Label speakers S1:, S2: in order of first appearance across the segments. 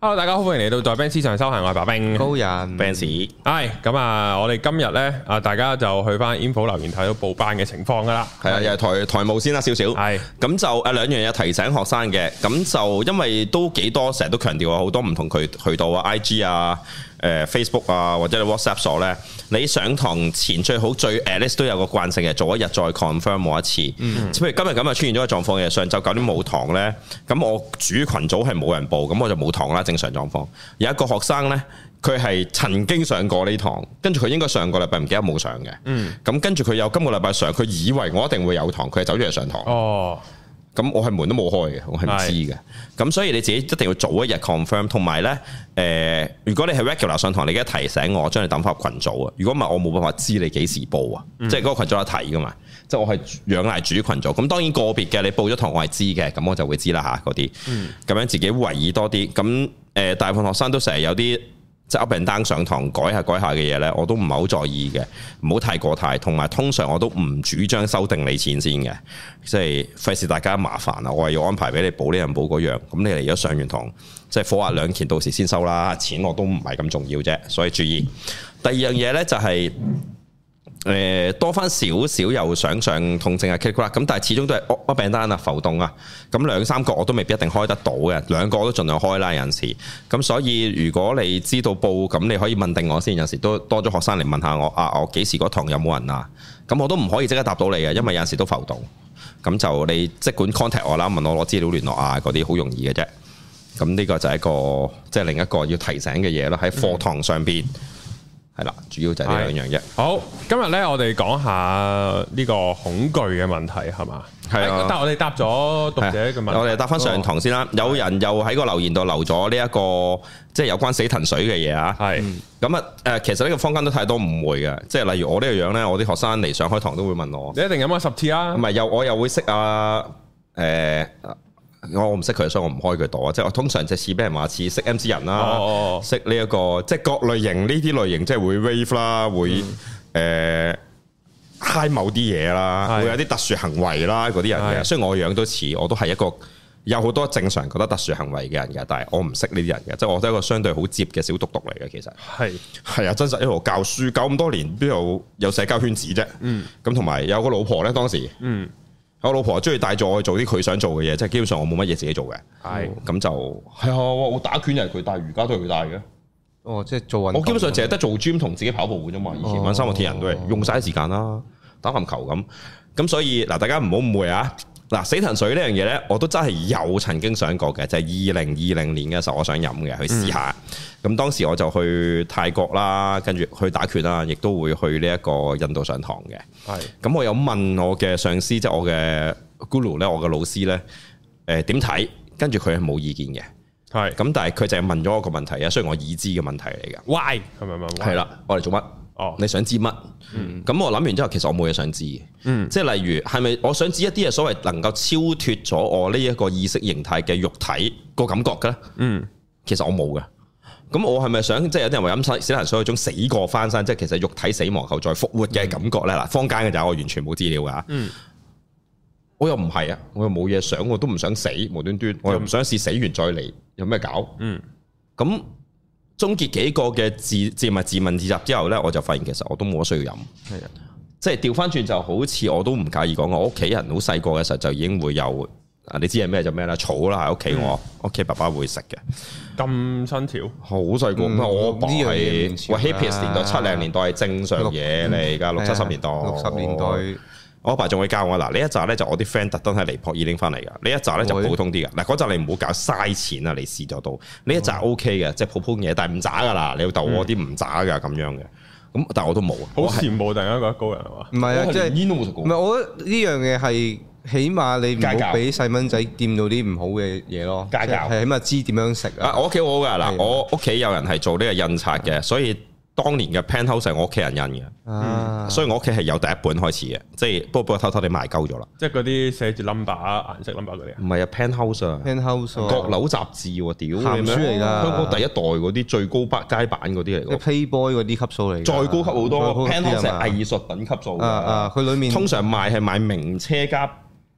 S1: Hello，大家好，歡迎嚟到在 Benz 上修行，我係白冰。
S2: 高人
S3: fans 系
S1: 係咁啊，我哋今日咧啊，大家就去翻 info 留言睇到報班嘅情況噶啦。
S3: 啊，又係台台務先啦，少少。
S1: 係
S3: 咁就誒兩樣嘢提醒學生嘅，咁就因為都幾多，成日都強調啊，好多唔同渠渠道啊，IG 啊、誒、Facebook 啊，或者你 WhatsApp 所咧，你上堂前最好最 at least 都有個慣性嘅，做一日再 confirm 我一次。嗯，譬如今日咁啊，出現咗個狀況嘅，上晝九點冇堂咧，咁我主群組係冇人報，咁我就冇堂啦，正常狀況。有一個學生咧。佢係曾經上過呢堂，跟住佢應該上個禮拜唔記得冇上嘅，嗯，咁跟住佢又今個禮拜上，佢以為我一定會有堂，佢係走咗嚟上堂，
S1: 哦，
S3: 咁我係門都冇開嘅，我係唔知嘅。咁所以你自己一定要早一日 confirm，同埋呢，誒、如果你係 regular 上堂，你而家提醒我，將你抌翻入群組啊。如果唔係，我冇辦法知你幾時報啊。即係嗰個群組有睇噶嘛，即係我係仰賴主群組。咁當然個別嘅你報咗堂，我係知嘅，咁我就會知啦吓嗰啲。咁、樣自己留意多啲。咁誒、大部分學生都成日有啲。即係 up and down 上堂改下改下嘅嘢呢，我都唔係好在意嘅，唔好太過太。同埋通常我都唔主張收定你錢先嘅，即係費事大家麻煩啊！我係要安排俾你補呢樣補嗰樣，咁你嚟咗上完堂，即係火壓兩件，到時先收啦。錢我都唔係咁重要啫，所以注意。第二樣嘢呢，就係、誒、呃多翻少少又想上痛症啊 k i c 咁但係始終都係 up up and down 啊浮動啊，咁兩三個我都未必一定開得到嘅，兩個我都盡量開啦有陣時，咁所以如果你知道報，咁你可以問定我先，有陣時都多咗學生嚟問下我啊，我幾時嗰堂有冇人啊？咁我都唔可以即刻答到你嘅，因為有陣時都浮動，咁就你即管 contact 我啦，問我攞資料聯絡啊嗰啲好容易嘅啫，咁呢個就係一個即係另一個要提醒嘅嘢啦，喺課堂上邊係啦，主要就係呢兩樣啫。
S1: 好，今日咧我哋講下呢個恐懼嘅問題係嘛？
S3: 係啊
S1: 誒但係我哋答咗讀者嘅問題，哦
S3: 我哋答翻上堂先啦。有人又喺個留言度留咗呢一個即係有關死藤水嘅嘢啊。
S1: 係
S3: 咁啊誒，其實呢個坊間都太多誤會嘅，即係例如我呢個樣咧，我啲學生嚟上開堂都會問我，
S1: 你一定飲咗十次啊
S3: 唔？係又我又會識啊誒。我我唔識佢，所以我唔開佢度啊！即係我通常就似俾人話似識 MC 人啦，
S1: 哦哦哦
S3: 識呢、一個即係各類型呢啲類型，即係會 wave 啦，會誒、嗯嗨某啲嘢啦，
S1: 係
S3: 會有啲特殊行為啦嗰啲人
S1: 係
S3: 嘅。雖然我樣都似，我都係一個有好多正常覺得特殊行為嘅人嘅，但係我唔識呢啲人嘅，即係我都係一個相對好接嘅小讀讀嚟嘅。其實
S1: 係
S3: 係啊，真實一路教書教咁多年，邊有有社交圈子啫？嗯，咁同埋有個老婆咧，當時
S1: 嗯
S3: 我老婆中意帶咗我去做啲佢想做嘅嘢，即係基本上我冇乜嘢自己做嘅。
S1: 係
S3: 咁就係啊，我我打拳又係佢帶，瑜伽都係佢帶嘅。
S2: 哦，即係做運
S3: 我
S2: 動。
S3: 基本上淨係得做 gym 同自己跑步嘅啫嘛，以前
S2: 哦
S3: 玩三個鐵人都係用晒啲時間啦，打籃球咁。咁所以嗱，大家唔好誤會啊！嗱，死藤水呢樣嘢呢，我都真係有曾經想過嘅，就係二零二零年嘅時候，我想飲嘅，去試下。
S2: 嗯
S3: 咁、當時我就去泰國啦，跟住去打拳啦，亦都會去呢一個印度上堂嘅。
S1: 係
S3: 咁我有問我嘅上司，即係我嘅 guru 咧，我嘅老師咧，誒點睇？跟住佢係冇意見嘅。
S1: 係
S3: 咁但係佢就係問咗我個問題啊，雖然我已知嘅問題嚟㗎。
S1: why 係咪咪係
S3: 係啦，我哋做乜？
S1: 哦
S3: 你想知乜？咁、我諗完之後，其實我冇嘢想知嘅。
S1: 嗯
S3: 即係例如係咪我想知一啲嘢所謂能夠超脱咗我呢一個意識形態嘅肉體個感覺嘅咧？
S1: 嗯
S3: 其實我冇嘅。咁我係咪想即係有啲人話飲死死人水嗰種死過翻身，即係其實肉體死亡後再復活嘅感覺咧？嗱，坊間嘅就我完全冇資料㗎。
S1: 嗯
S3: 我又唔係啊，我又冇嘢想，我都唔想死，無端端，我又唔想試死完再嚟，有咩搞？
S1: 嗯
S3: 咁終結幾個嘅自自問自問自答之後呢，我就發現其實我都冇乜需要飲，
S2: 係啊
S3: 即係調翻轉就好似我都唔介意講，我屋企人好細個嘅時候就已經會有啊，你知係咩就咩啦，草啦喺屋企我
S2: 嗯
S3: 屋企爸爸會食嘅，
S1: 咁新潮
S3: 好細個，
S2: 嗯
S3: 咁我阿爸
S2: 呢樣嘢
S3: 係
S2: 唔潮
S3: 喂
S2: 啦
S3: hippies 年代七零年代係正常嘢嚟㗎，六七十年代，
S2: 六十年代
S3: 我阿爸仲會教我嗱，呢一紮咧就我啲 friend 特登喺尼泊爾拎翻嚟噶，呢一紮咧就
S2: 會
S3: 普通啲噶。嗱，嗰紮你唔好搞嘥錢啊！你試咗到呢一紮 O K 嘅，即係普通嘢，但係唔渣噶啦。你老豆我啲唔渣噶咁樣嘅，咁但係我都冇啊。
S1: 好
S3: 我係
S1: 羨慕突然間覺得高人係嘛？
S2: 唔係啊，
S3: 我
S2: 即
S3: 連
S2: 係
S3: 煙都冇食過
S2: 唔。係我覺得呢樣嘢係起碼你唔
S3: 戒教
S2: 好俾細蚊仔掂到啲唔好嘅嘢咯。
S3: 戒教
S2: 係起碼知點樣食
S3: 啊！
S2: 啊。
S3: 我屋企好好噶嗱，
S2: 係
S3: 我屋企有人係做呢個印刷嘅，所以當年嘅 penthouse 係我屋企人印嘅，
S2: 啊，
S3: 所以我屋企係由第一本開始嘅，即係不過不過偷偷哋賣鳩咗啦。
S1: 即係嗰啲寫住 number 啊顏色 number 嗰啲啊？
S3: 唔係啊，penthouse 啊。
S2: penthouse 喎
S3: 閣樓雜誌喎，屌
S2: 鹹
S3: 你咩
S2: 書嚟㗎
S3: 香港第一代嗰啲最高百街版嗰啲嚟㗎
S2: 即係 Playboy 嗰啲級數嚟㗎。
S3: 再高級好
S2: 再
S3: 多
S2: 高級啲
S3: p a n t o u
S2: 係嘛
S3: 藝術品級數㗎
S2: 啊啊，佢裡面
S3: 通常賣係賣名車加啊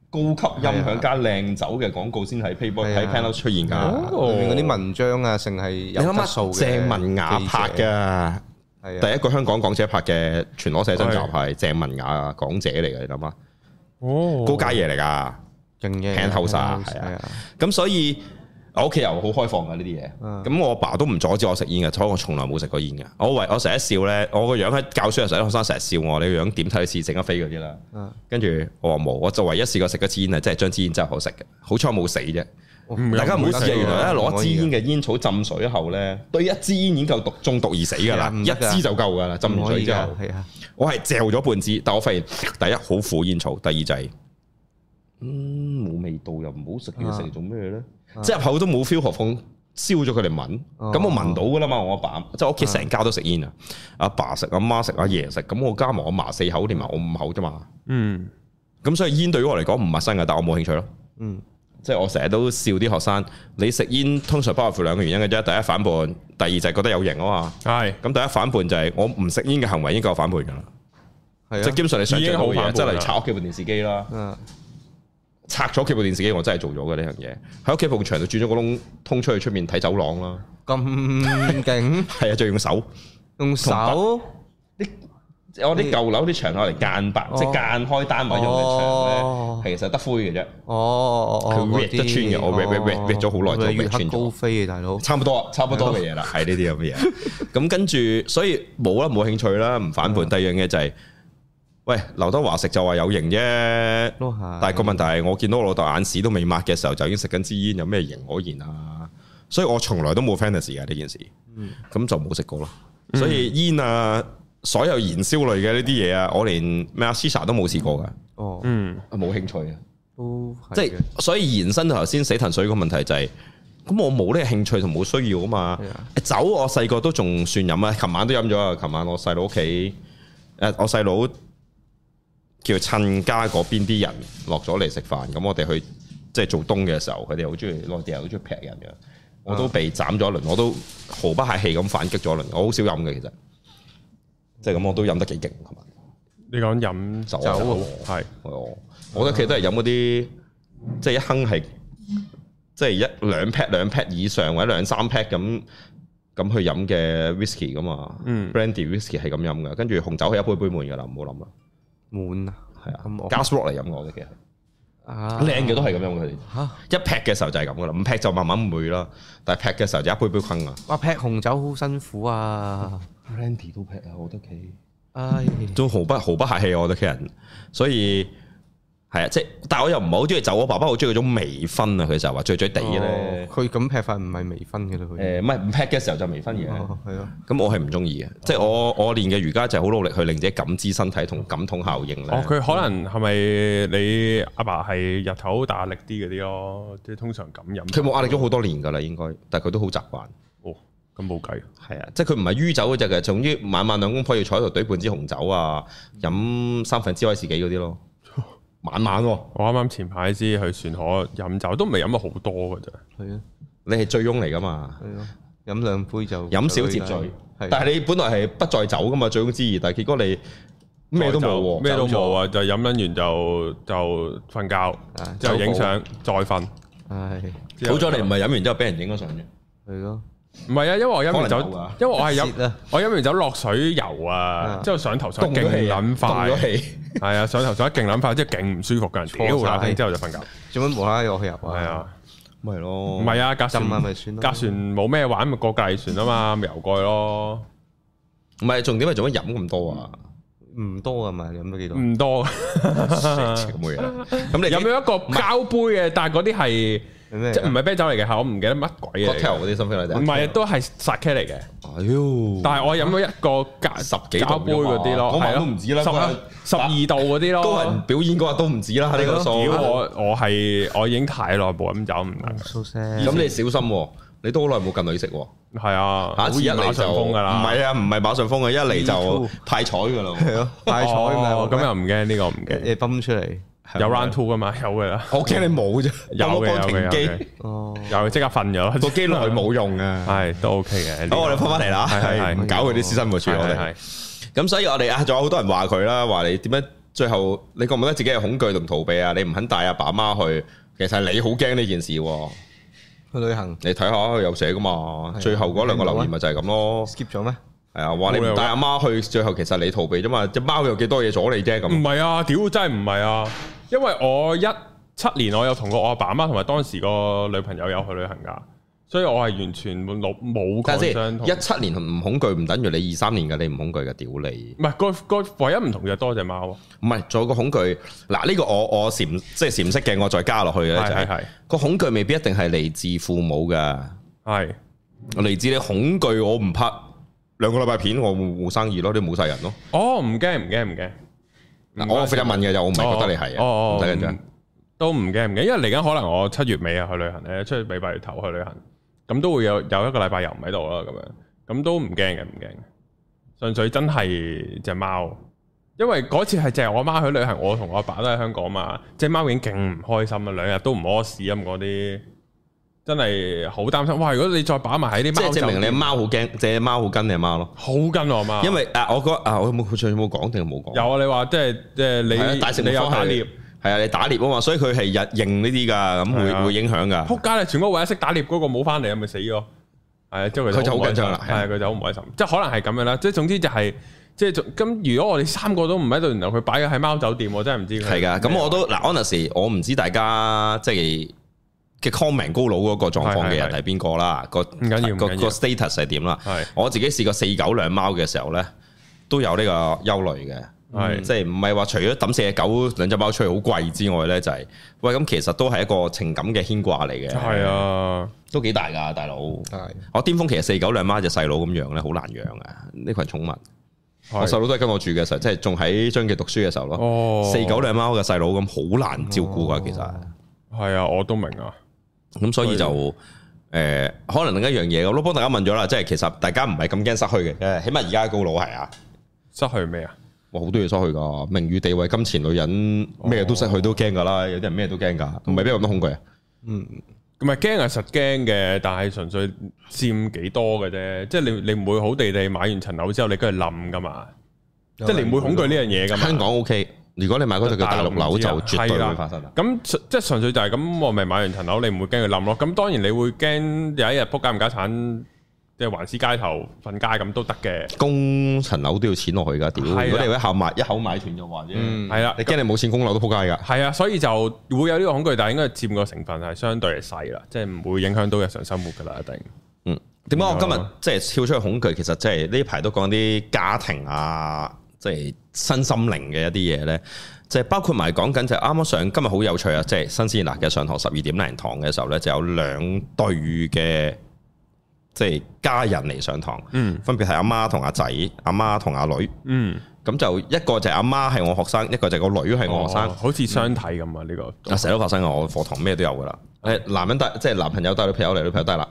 S3: 高級音響加靚酒嘅廣告先喺 Payboy
S2: 係
S3: 喺
S2: 啊
S3: Panel 出現㗎。
S1: 哦
S2: 裏面嗰啲文章啊，成係
S3: 你
S2: 有質
S3: 諗下
S2: 素嘅。
S3: 鄭文雅拍
S2: 嘅
S3: 㗎，，
S2: 係啊
S3: 第一個香港港姐拍嘅全裸寫真集係鄭文雅港姐嚟嘅，你諗下，
S1: 哦，
S3: 高階嘢嚟㗎。
S2: 勁嘅
S3: Penthouse 啊係啊
S2: 係啊，
S3: 咁所以我屋企又好開放嘅呢啲嘢，啊
S2: 嗯
S3: 咁我阿爸都唔阻止我食煙嘅，所以我從來冇食過煙嘅。我為我成日笑咧，我個樣喺教書嘅時候，啲學生成日笑我，你個樣點睇似整得飛嗰啲啦。
S2: 嗯
S3: 跟住我話冇，我就唯一試過食一支煙啊係真係將支煙真係好食嘅，好彩冇死啫。
S1: 唔
S3: 大家唔
S1: 又
S3: 好
S1: 唔
S3: 試啊，原來咧
S2: 唔
S3: 攞
S2: 可
S3: 支
S2: 以嘅
S3: 煙嘅煙草浸水後咧，對一支煙已經夠毒中毒而死㗎
S2: 係
S3: 啦，
S2: 啊唔
S3: 一
S2: 得㗎
S3: 支就夠㗎啦，浸
S2: 唔
S3: 完
S2: 可
S3: 水
S2: 以
S3: 之
S2: 㗎
S3: 後，
S2: 係啊，
S3: 我係嚼咗半支，但我發現第一好苦煙草，第二就係、嗯冇味道又唔好食，要
S2: 啊
S3: 食做咩咧？即係入口都冇 feel，何況燒咗佢哋聞，咁、
S2: 哦
S3: 我聞到噶啦嘛。我阿爸即係我屋企成家都食煙啊，阿爸食，阿媽食，阿爺食，咁我加埋我嫲四口，連埋我五口啫嘛。
S1: 嗯，
S3: 咁所以煙對於我嚟講唔陌生嘅，但我冇興趣咯。
S2: 嗯，
S3: 即係我成日都笑啲學生，你食煙通常不外乎兩個原因嘅啫，第一反叛，第二就係覺得有型啊嘛。
S1: 係
S3: 咁第一反叛就係我唔食煙嘅行為應該有反叛㗎啦。
S2: 係啊，
S3: 即係基本上你想象到嘅
S1: 已經好反
S3: 嘢，
S1: 叛
S3: 即係
S1: 啦
S3: 例如拆屋企部電視機啦，
S2: 嗯
S3: 拆咗屋企部電視機，我真係做咗嘅呢樣嘢。喺屋企埲牆度轉咗個窿，通出去出面睇走廊啦。
S2: 咁勁，
S3: 係啊，就用手。
S2: 用手
S3: 我啲舊樓啲牆攞嚟間白，即係間開單位用嘅
S2: 哦
S3: 牆咧，其實得灰嘅啫，
S2: 哦哦哦，
S3: 佢 rap 得穿嘅我 rap- rap- rap- rap 咗好耐就 rap
S2: 越
S3: 穿
S2: 黑
S3: 咗
S2: 高飛啊，大佬，
S3: 差唔多，差唔多嘅嘢啦，係呢啲咁嘅嘢。 咁跟住，所以冇啦，冇興趣啦，唔反叛。第二樣嘢就係，喂，劉德華食就話有型啫，
S2: 都係
S3: 但係個問題係，我見到我老豆眼屎都未抹嘅時候，就已經食緊支煙，有咩型可言啊？所以我從來都冇 fantasy 嘅呢件事，咁就冇食過咯。所以煙啊，所有燃燒類嘅呢啲嘢啊，我連咩啊 shisha 都冇試過噶，
S2: 哦，
S1: 嗯，
S3: 冇興趣啊。
S2: 都係
S3: 即係
S2: 嘅
S3: 所以延伸頭先死騰水個問題就係、咁我冇呢個興趣同冇需要啊嘛
S2: 係啊。
S3: 酒我細個都仲算飲啊，琴晚都飲咗啊。琴晚我細佬屋企，誒我細佬叫親家嗰邊啲人落咗嚟食飯，咁我哋去即係做東嘅時候，佢哋好中意內地人好中意劈人嘅，我
S2: 啊
S3: 都被斬咗一輪，我都毫不客氣咁反擊咗一輪，我好少飲嘅其實，即係咁我都飲得幾勁琴晚。
S1: 你講飲
S3: 酒
S1: 酒
S3: 啊
S1: 係
S3: 哦，我覺得佢都係飲嗰啲，即係一哼係，即係一兩 pat 兩 pat 以上或者兩三 pat 咁咁去飲嘅 whisky 噶嘛。
S1: 嗯
S3: brandy whisky 係咁飲嘅，跟住紅酒係一杯杯滿噶啦，唔好諗啦。
S2: 滿啊，
S3: 係啊
S2: 咁我
S3: ，gas rock 嚟飲我嘅其實，
S2: 啊
S3: 靚嘅都係咁飲嘅佢哋。
S2: 嚇，
S3: 一劈嘅時候就係咁噶啦，唔劈就慢慢會啦，但係劈嘅時候就一杯杯坤啊。
S2: 哇劈紅酒好辛苦啊，
S3: brandy 都劈啊，我覺得佢。
S2: 唉，
S3: 都毫不毫不客氣，啊我覺得啲人，所以係啊，即係，但係我又唔係好中意酒，我爸爸好中意嗰種微醺啊，佢就話醉醉地咧
S2: 哦，佢咁劈法唔係微分嘅啦，佢，
S3: 誒唔係唔劈嘅時候就微醺嘅，咁、
S2: 哦係咯，
S3: 我係唔中意嘅，即係我我練嘅瑜伽就係好努力去令自己感知身體同感統效應咧。
S1: 哦，佢可能係咪你阿爸係日頭大壓力啲嗰啲咯？即係通常咁飲，
S3: 佢冇壓力咗好多年㗎啦，應該，但係佢都好習慣。
S1: 哦，咁冇計。
S3: 係啊，即係佢唔係酗酒嗰只嘅，總之晚晚兩公婆要坐喺度懟半支紅酒啊，飲三分之威士忌嗰 啲咯，晚晚喎、
S1: 我啱啱前排知去船河飲酒，都唔係飲咗好多嘅啫。
S2: 係啊
S3: 你係醉翁嚟㗎嘛？
S2: 係咯，飲兩杯就
S3: 飲少接醉，
S2: 係
S3: 但係你本來係不在酒噶嘛，醉翁之意，但係結果你咩都冇喎，
S1: 咩都冇啊！就飲撚完就就瞓覺，之後影相再瞓。
S2: 唉
S3: 走咗。好彩你唔係飲完之後俾人影咗相啫，
S2: 係咯，
S1: 唔係啊，因為我飲完酒
S3: 可能有啊，
S1: 因為我係
S2: 折
S1: 飲
S2: 啊
S1: 我飲完酒落水游啊
S2: 啊，
S1: 之後上頭上
S3: 凍咗
S1: 勁
S3: 氣啊，
S1: 撚快
S3: 凍，咗氣。
S1: 係啊，上頭上得勁撚快，即係勁唔舒服噶人，屌
S2: 錯晒
S1: 嗱聲之後就瞓覺，
S2: 做乜無啦啦我去入啊？
S1: 係，啊，
S3: 咪係咯，
S1: 唔係啊，隔
S2: 浸啊
S1: 船
S2: 咪算咯
S1: 隔船冇咩玩咪過隔離船啊嘛，咪游過去咯，
S3: 唔係重點係做乜飲咁多啊？
S2: 唔多啊嘛，飲咗幾多？
S1: 唔多，
S3: 咁嘅嘢，嗯咁你
S1: 飲咗一個膠杯嘅，但係嗰啲係
S3: 啊
S2: 係咩嚟㗎
S1: 即係唔係啤酒嚟嘅，係我唔記得乜鬼嘢嚟
S3: hotel
S1: 嘅，
S3: 嗰啲心 f
S1: 唔係都係 sake 嚟嘅。
S3: 哎呦，
S1: 但係我飲咗一個隔
S3: 十幾度
S1: 膠杯嗰啲咯，
S3: 嗰晚
S1: 係咯
S3: 都唔止啦
S1: 十啊
S3: 嗰晚
S1: 十二度嗰啲
S3: 高
S1: 咯
S3: 人。表演嗰日都唔止啦呢
S1: Ờ,
S3: 個數，
S1: 屌
S3: 咁
S1: 我我係我已經太耐冇飲酒唔得，
S2: So sad
S3: 你小心喎，你都好耐冇近女食喎，
S1: 係啊，
S3: 下次一
S1: 好易
S3: 嚟
S1: 馬上
S3: 就
S1: 風㗎啦，
S3: 唔係啊，唔係馬上風嘅，一嚟就
S2: Me too
S3: 派彩㗎啦
S2: 係
S3: 喎。
S2: 咯，大彩咪
S1: 哦咁又唔驚呢個唔驚，
S2: 嘢泵出嚟。
S1: 有 Dạ, round Dạ, two 㗎嘛，有㗎啦，
S3: 我驚你冇啫，
S1: 有嘅有嘅有
S3: 幫停
S1: 嘅
S3: 機，
S2: 哦，
S1: 有即刻瞓咗啦，
S3: 個機耐冇用啊。
S1: 係都 OK 嘅。呢個
S3: 好，我哋翻翻嚟啦，
S1: 係係
S3: 係
S1: 係
S3: 唔搞佢啲私生活處
S1: 係
S3: 我
S1: 係
S3: 哋。
S1: 係
S3: 咁所以我哋啊，仲有好多人話佢啦，話你點樣最後你覺唔覺得自己係恐懼同逃避啊？你唔肯帶阿爸阿媽去，其實係你好驚呢件事喎。
S2: 去旅行
S3: 你睇下佢有寫噶嘛
S2: 係啊，
S3: 最後嗰兩個留言咪就係咁咯。
S2: skip 咗咩？
S3: 係啊，話你唔帶阿媽去，最後其實你逃避啫嘛。只貓有幾多嘢阻你啫
S1: 唔
S3: 咁。
S1: 係啊，屌真係唔係啊，因為我一七年我有同過我阿爸阿媽同埋當時個女朋友有去旅行噶，所以我係完全冇冇
S3: 但係
S1: concern 同
S3: 先，一七年唔恐懼唔等於你二三年嘅你唔恐懼嘅，屌你！
S1: 唔係個個唯一唔同就係多隻貓啊，
S3: 唔係，仲有個恐懼。嗱，呢個我我潛即係潛識嘅，我再加落去嘅咧就
S1: 係係
S3: 係
S1: 係
S3: 個恐懼未必一定係嚟自父母㗎。
S1: 係
S3: 嚟自你恐懼，我唔拍兩個禮拜片，我冇生意咯，你冇晒人咯。
S1: 哦唔驚唔驚唔驚，
S3: 嗱，我負責問嘅就我唔係覺得你係啊，
S1: 哦哦
S3: 唔得嘅
S1: 唔都唔驚唔驚，因為嚟緊可能我七月尾啊去旅行咧，七月尾八月頭去旅行，咁都會有有一個禮拜又唔喺度啦，咁樣咁都唔驚嘅唔驚嘅，純粹真係只貓，因為嗰次係淨係我媽去旅行，我同我阿爸都喺香港嘛，只貓已經勁唔開心啊，兩日都唔屙屎咁嗰啲，真係好擔心。哇！如果你再把埋喺
S3: 即
S1: 啲貓
S3: 係證明
S1: 酒
S3: 你
S1: 店
S3: 貓好驚，隻貓好跟你貓咯。
S1: 好跟我媽，
S3: 因為啊，我覺得啊，我有冇佢上次有冇講定冇講？
S1: 有啊，你話即係即係
S3: 係啊，大食
S1: 你你有打獵
S3: 獵。係啊，你打獵啊嘛，所以佢係日認呢啲㗎，咁
S1: 係啊
S3: 會會影響㗎。
S1: 仆街！你全屋唯一識打獵嗰個冇翻嚟，咪死咗。係啊，之後
S3: 佢就好緊張啦
S1: 係啊佢就好唔開心。即係可能係咁樣啦。即係總之就係，即係咁。如果我哋三個都唔喺度，然後佢擺咗喺貓酒店，我真係唔知佢
S3: 係㗎，咁我都嗱，honest，我唔知大家即係嘅 comment 高佬嗰個狀況嘅人
S1: 係係
S3: 係邊個啦，個
S1: 唔緊要唔
S3: 個
S1: 緊要
S3: 個 status 係點啦。
S1: 係
S3: 我自己試過四狗兩貓嘅時候呢，都有呢個憂慮嘅。
S1: 係
S3: 即係唔係話除咗抌四隻狗兩隻貓出去好貴之外呢，就係、喂咁其實都係一個情感嘅牽掛嚟嘅，
S1: 係啊，
S3: 都幾大㗎，大佬。
S2: 係
S3: 我巔峰其實四狗兩貓一隻細佬咁養呢，好難養啊！呢群寵物，我
S1: 係
S3: 細佬都係跟我住嘅時候，即係仲喺張記讀書嘅時候咯。
S1: 哦
S3: 四狗兩貓嘅細佬咁好難照顧㗎，其實。
S1: 係啊，我都明啊。
S3: 咁哦所以就誒、呃可能另一樣嘢，我都幫大家問咗啦，即係其實大家唔係咁驚失去嘅，誒，起碼而家嘅高佬係啊，
S1: 失去咩啊？
S3: 哇，好多嘢失去噶，名譽、地位、金錢、女人，咩都失去都驚噶啦，有啲人咩都驚噶，唔係邊有咁多恐懼啊？
S1: 唔係驚啊係實驚嘅，但係純粹佔幾多嘅啫。即係你你唔會好地地買完層樓之後，你跟住冧噶嘛？即係你唔會恐懼呢樣嘢噶嘛？
S3: 香港 OK，如果你買嗰度叫大陸樓就絕對會發生啦。啊
S1: 咁純即係純粹就係咁，我咪買完層樓，你唔會驚佢冧咯。咁當然你會驚有一日仆街唔家產，即係還屍街頭瞓街咁都得嘅。
S3: 供層樓都要錢落去噶，屌！如
S1: 係
S3: 果
S1: 啊
S3: 你一口買一口買斷就話啫，嗯你
S1: 係啦，
S3: 驚你冇錢供樓都撲街噶。
S1: 係啊，所以就會有呢個恐懼，但係應該佔個成分係相對係細啦，即係唔會影響到日常生活㗎啦，一定。
S3: 嗯，點解我今日
S1: 啊
S3: 即係跳出去恐懼？其實即係呢排都講啲家庭啊，即係身心靈嘅一啲嘢咧，即係包括埋講緊就係啱啱上今日好有趣啊！即係新鮮辣嘅上堂十二點零堂嘅時候咧，就有兩對嘅即係家人嚟上堂，
S1: 嗯
S3: 分別係阿媽同阿仔、阿媽同阿女。
S1: 嗯，
S3: 咁就一個就係阿媽係我學生，一個就係個女係我學生
S1: 哦。好似相睇咁啊！呢個
S3: 啊，成日都發生嘅，我課堂咩都有噶啦。誒，男人帶即係男朋友帶女朋友嚟，女朋友帶男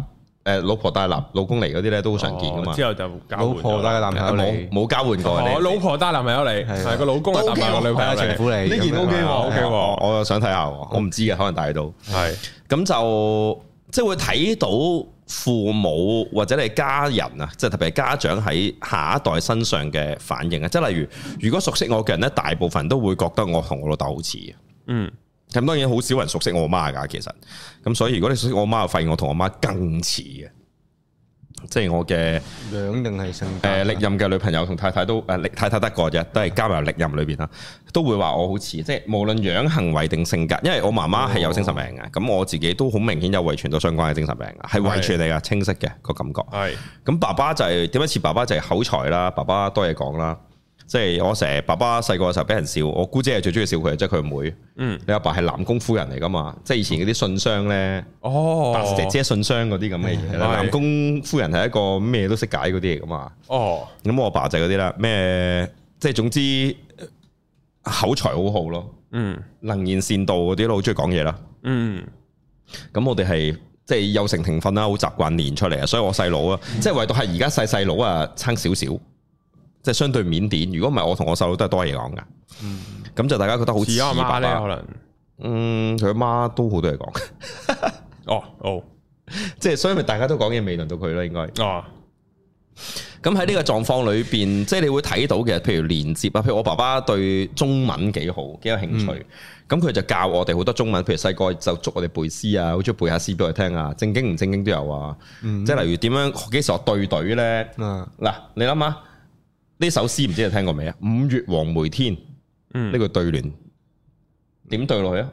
S3: 誒老婆帶男老公嚟嗰啲咧都好常見噶嘛
S1: 哦。之後就交
S2: 老
S1: 換
S2: 婆
S1: 咗啦
S2: 帶個男朋友
S3: 啊冇
S2: 嚟，
S3: 冇交換過啊
S1: 哦，
S3: 你
S1: 老婆帶男朋友嚟，
S2: 係啊
S1: 係個老公係帶埋個女朋友
S2: 係啊情
S1: 嚟，
S2: 婦嚟
S3: 呢件 O
S2: 咁
S3: K 喎
S2: 樣
S1: ，O K
S3: 我
S1: 喎，
S3: 啊我又想睇下喎，我唔知嘅，可能大到
S1: 係
S3: 咁就即係會睇到父母或者你家人啊，即係特別係家長喺下一代身上嘅反應啊，即係例如如果熟悉我嘅人咧，大部分都會覺得我同我老豆好似嘅。
S1: 嗯
S3: 咁當然好少人熟悉我媽㗎，其實咁所以如果你熟悉我媽，就發現我同我媽更似嘅，即係我嘅
S2: 樣定係性格？
S3: 誒歷呃任嘅女朋友同太太都誒歷太太得過啫，都係加埋歷任裏邊啦，都會話我好似，即係無論樣行為定性格，因為我媽媽係有精神病嘅，咁、我自己都好明顯有遺傳到相關嘅精神病嘅，係遺傳嚟㗎，清晰嘅個感覺。
S1: 係
S3: 咁爸爸就係點樣似爸爸就係口才啦，爸爸多嘢講啦，即係我成日爸爸細個嘅時候俾人笑，我姑姐係最中意笑佢，即係佢妹。
S1: 嗯
S3: 你阿爸係南宮夫人嚟㗎嘛？即係以前嗰啲信箱咧，
S1: 哦，
S3: 白姐姐信箱嗰啲咁嘅嘢
S1: 係
S3: 咧。南宮夫人係一個咩都識解嗰啲嚟㗎嘛。
S1: 哦。
S3: 咁我阿爸就係嗰啲啦，咩即係總之口才好好咯，
S1: 嗯
S3: 能言善道嗰啲咯，好中意講嘢啦。
S1: 嗯，
S3: 咁我哋係即係幼成停訓啦，好習慣練出嚟啊。所以我細佬啊，即係唯獨係而家細細佬啊，差少少，即係相對腼腆。如果唔係，我同我細佬都係多嘢講㗎。咁就大家覺得好
S1: 似
S3: 似
S1: 阿媽
S3: 爸
S1: 咧，
S3: 爸
S1: 可。能
S3: 嗯，佢阿媽都好多嘢講。
S1: 哦哦
S3: 即係所以咪大家都講嘢未輪到佢咯，應該
S1: 哦，
S3: 咁喺呢個狀況裏邊，即係你會睇到嘅，譬如連接啊，譬如我爸爸對中文幾好，幾有興趣，咁佢、就教我哋好多中文，譬如細個就捉我哋背詩啊，好中意背下詩俾我聽啊，正經唔正經都有啊，即係例如點樣幾時學對對呢？
S2: 啊，
S3: 嗱，你諗下呢首詩唔知你聽過未啊？五月黃梅天，呢、
S1: 嗯
S3: 個對聯點對落去啊？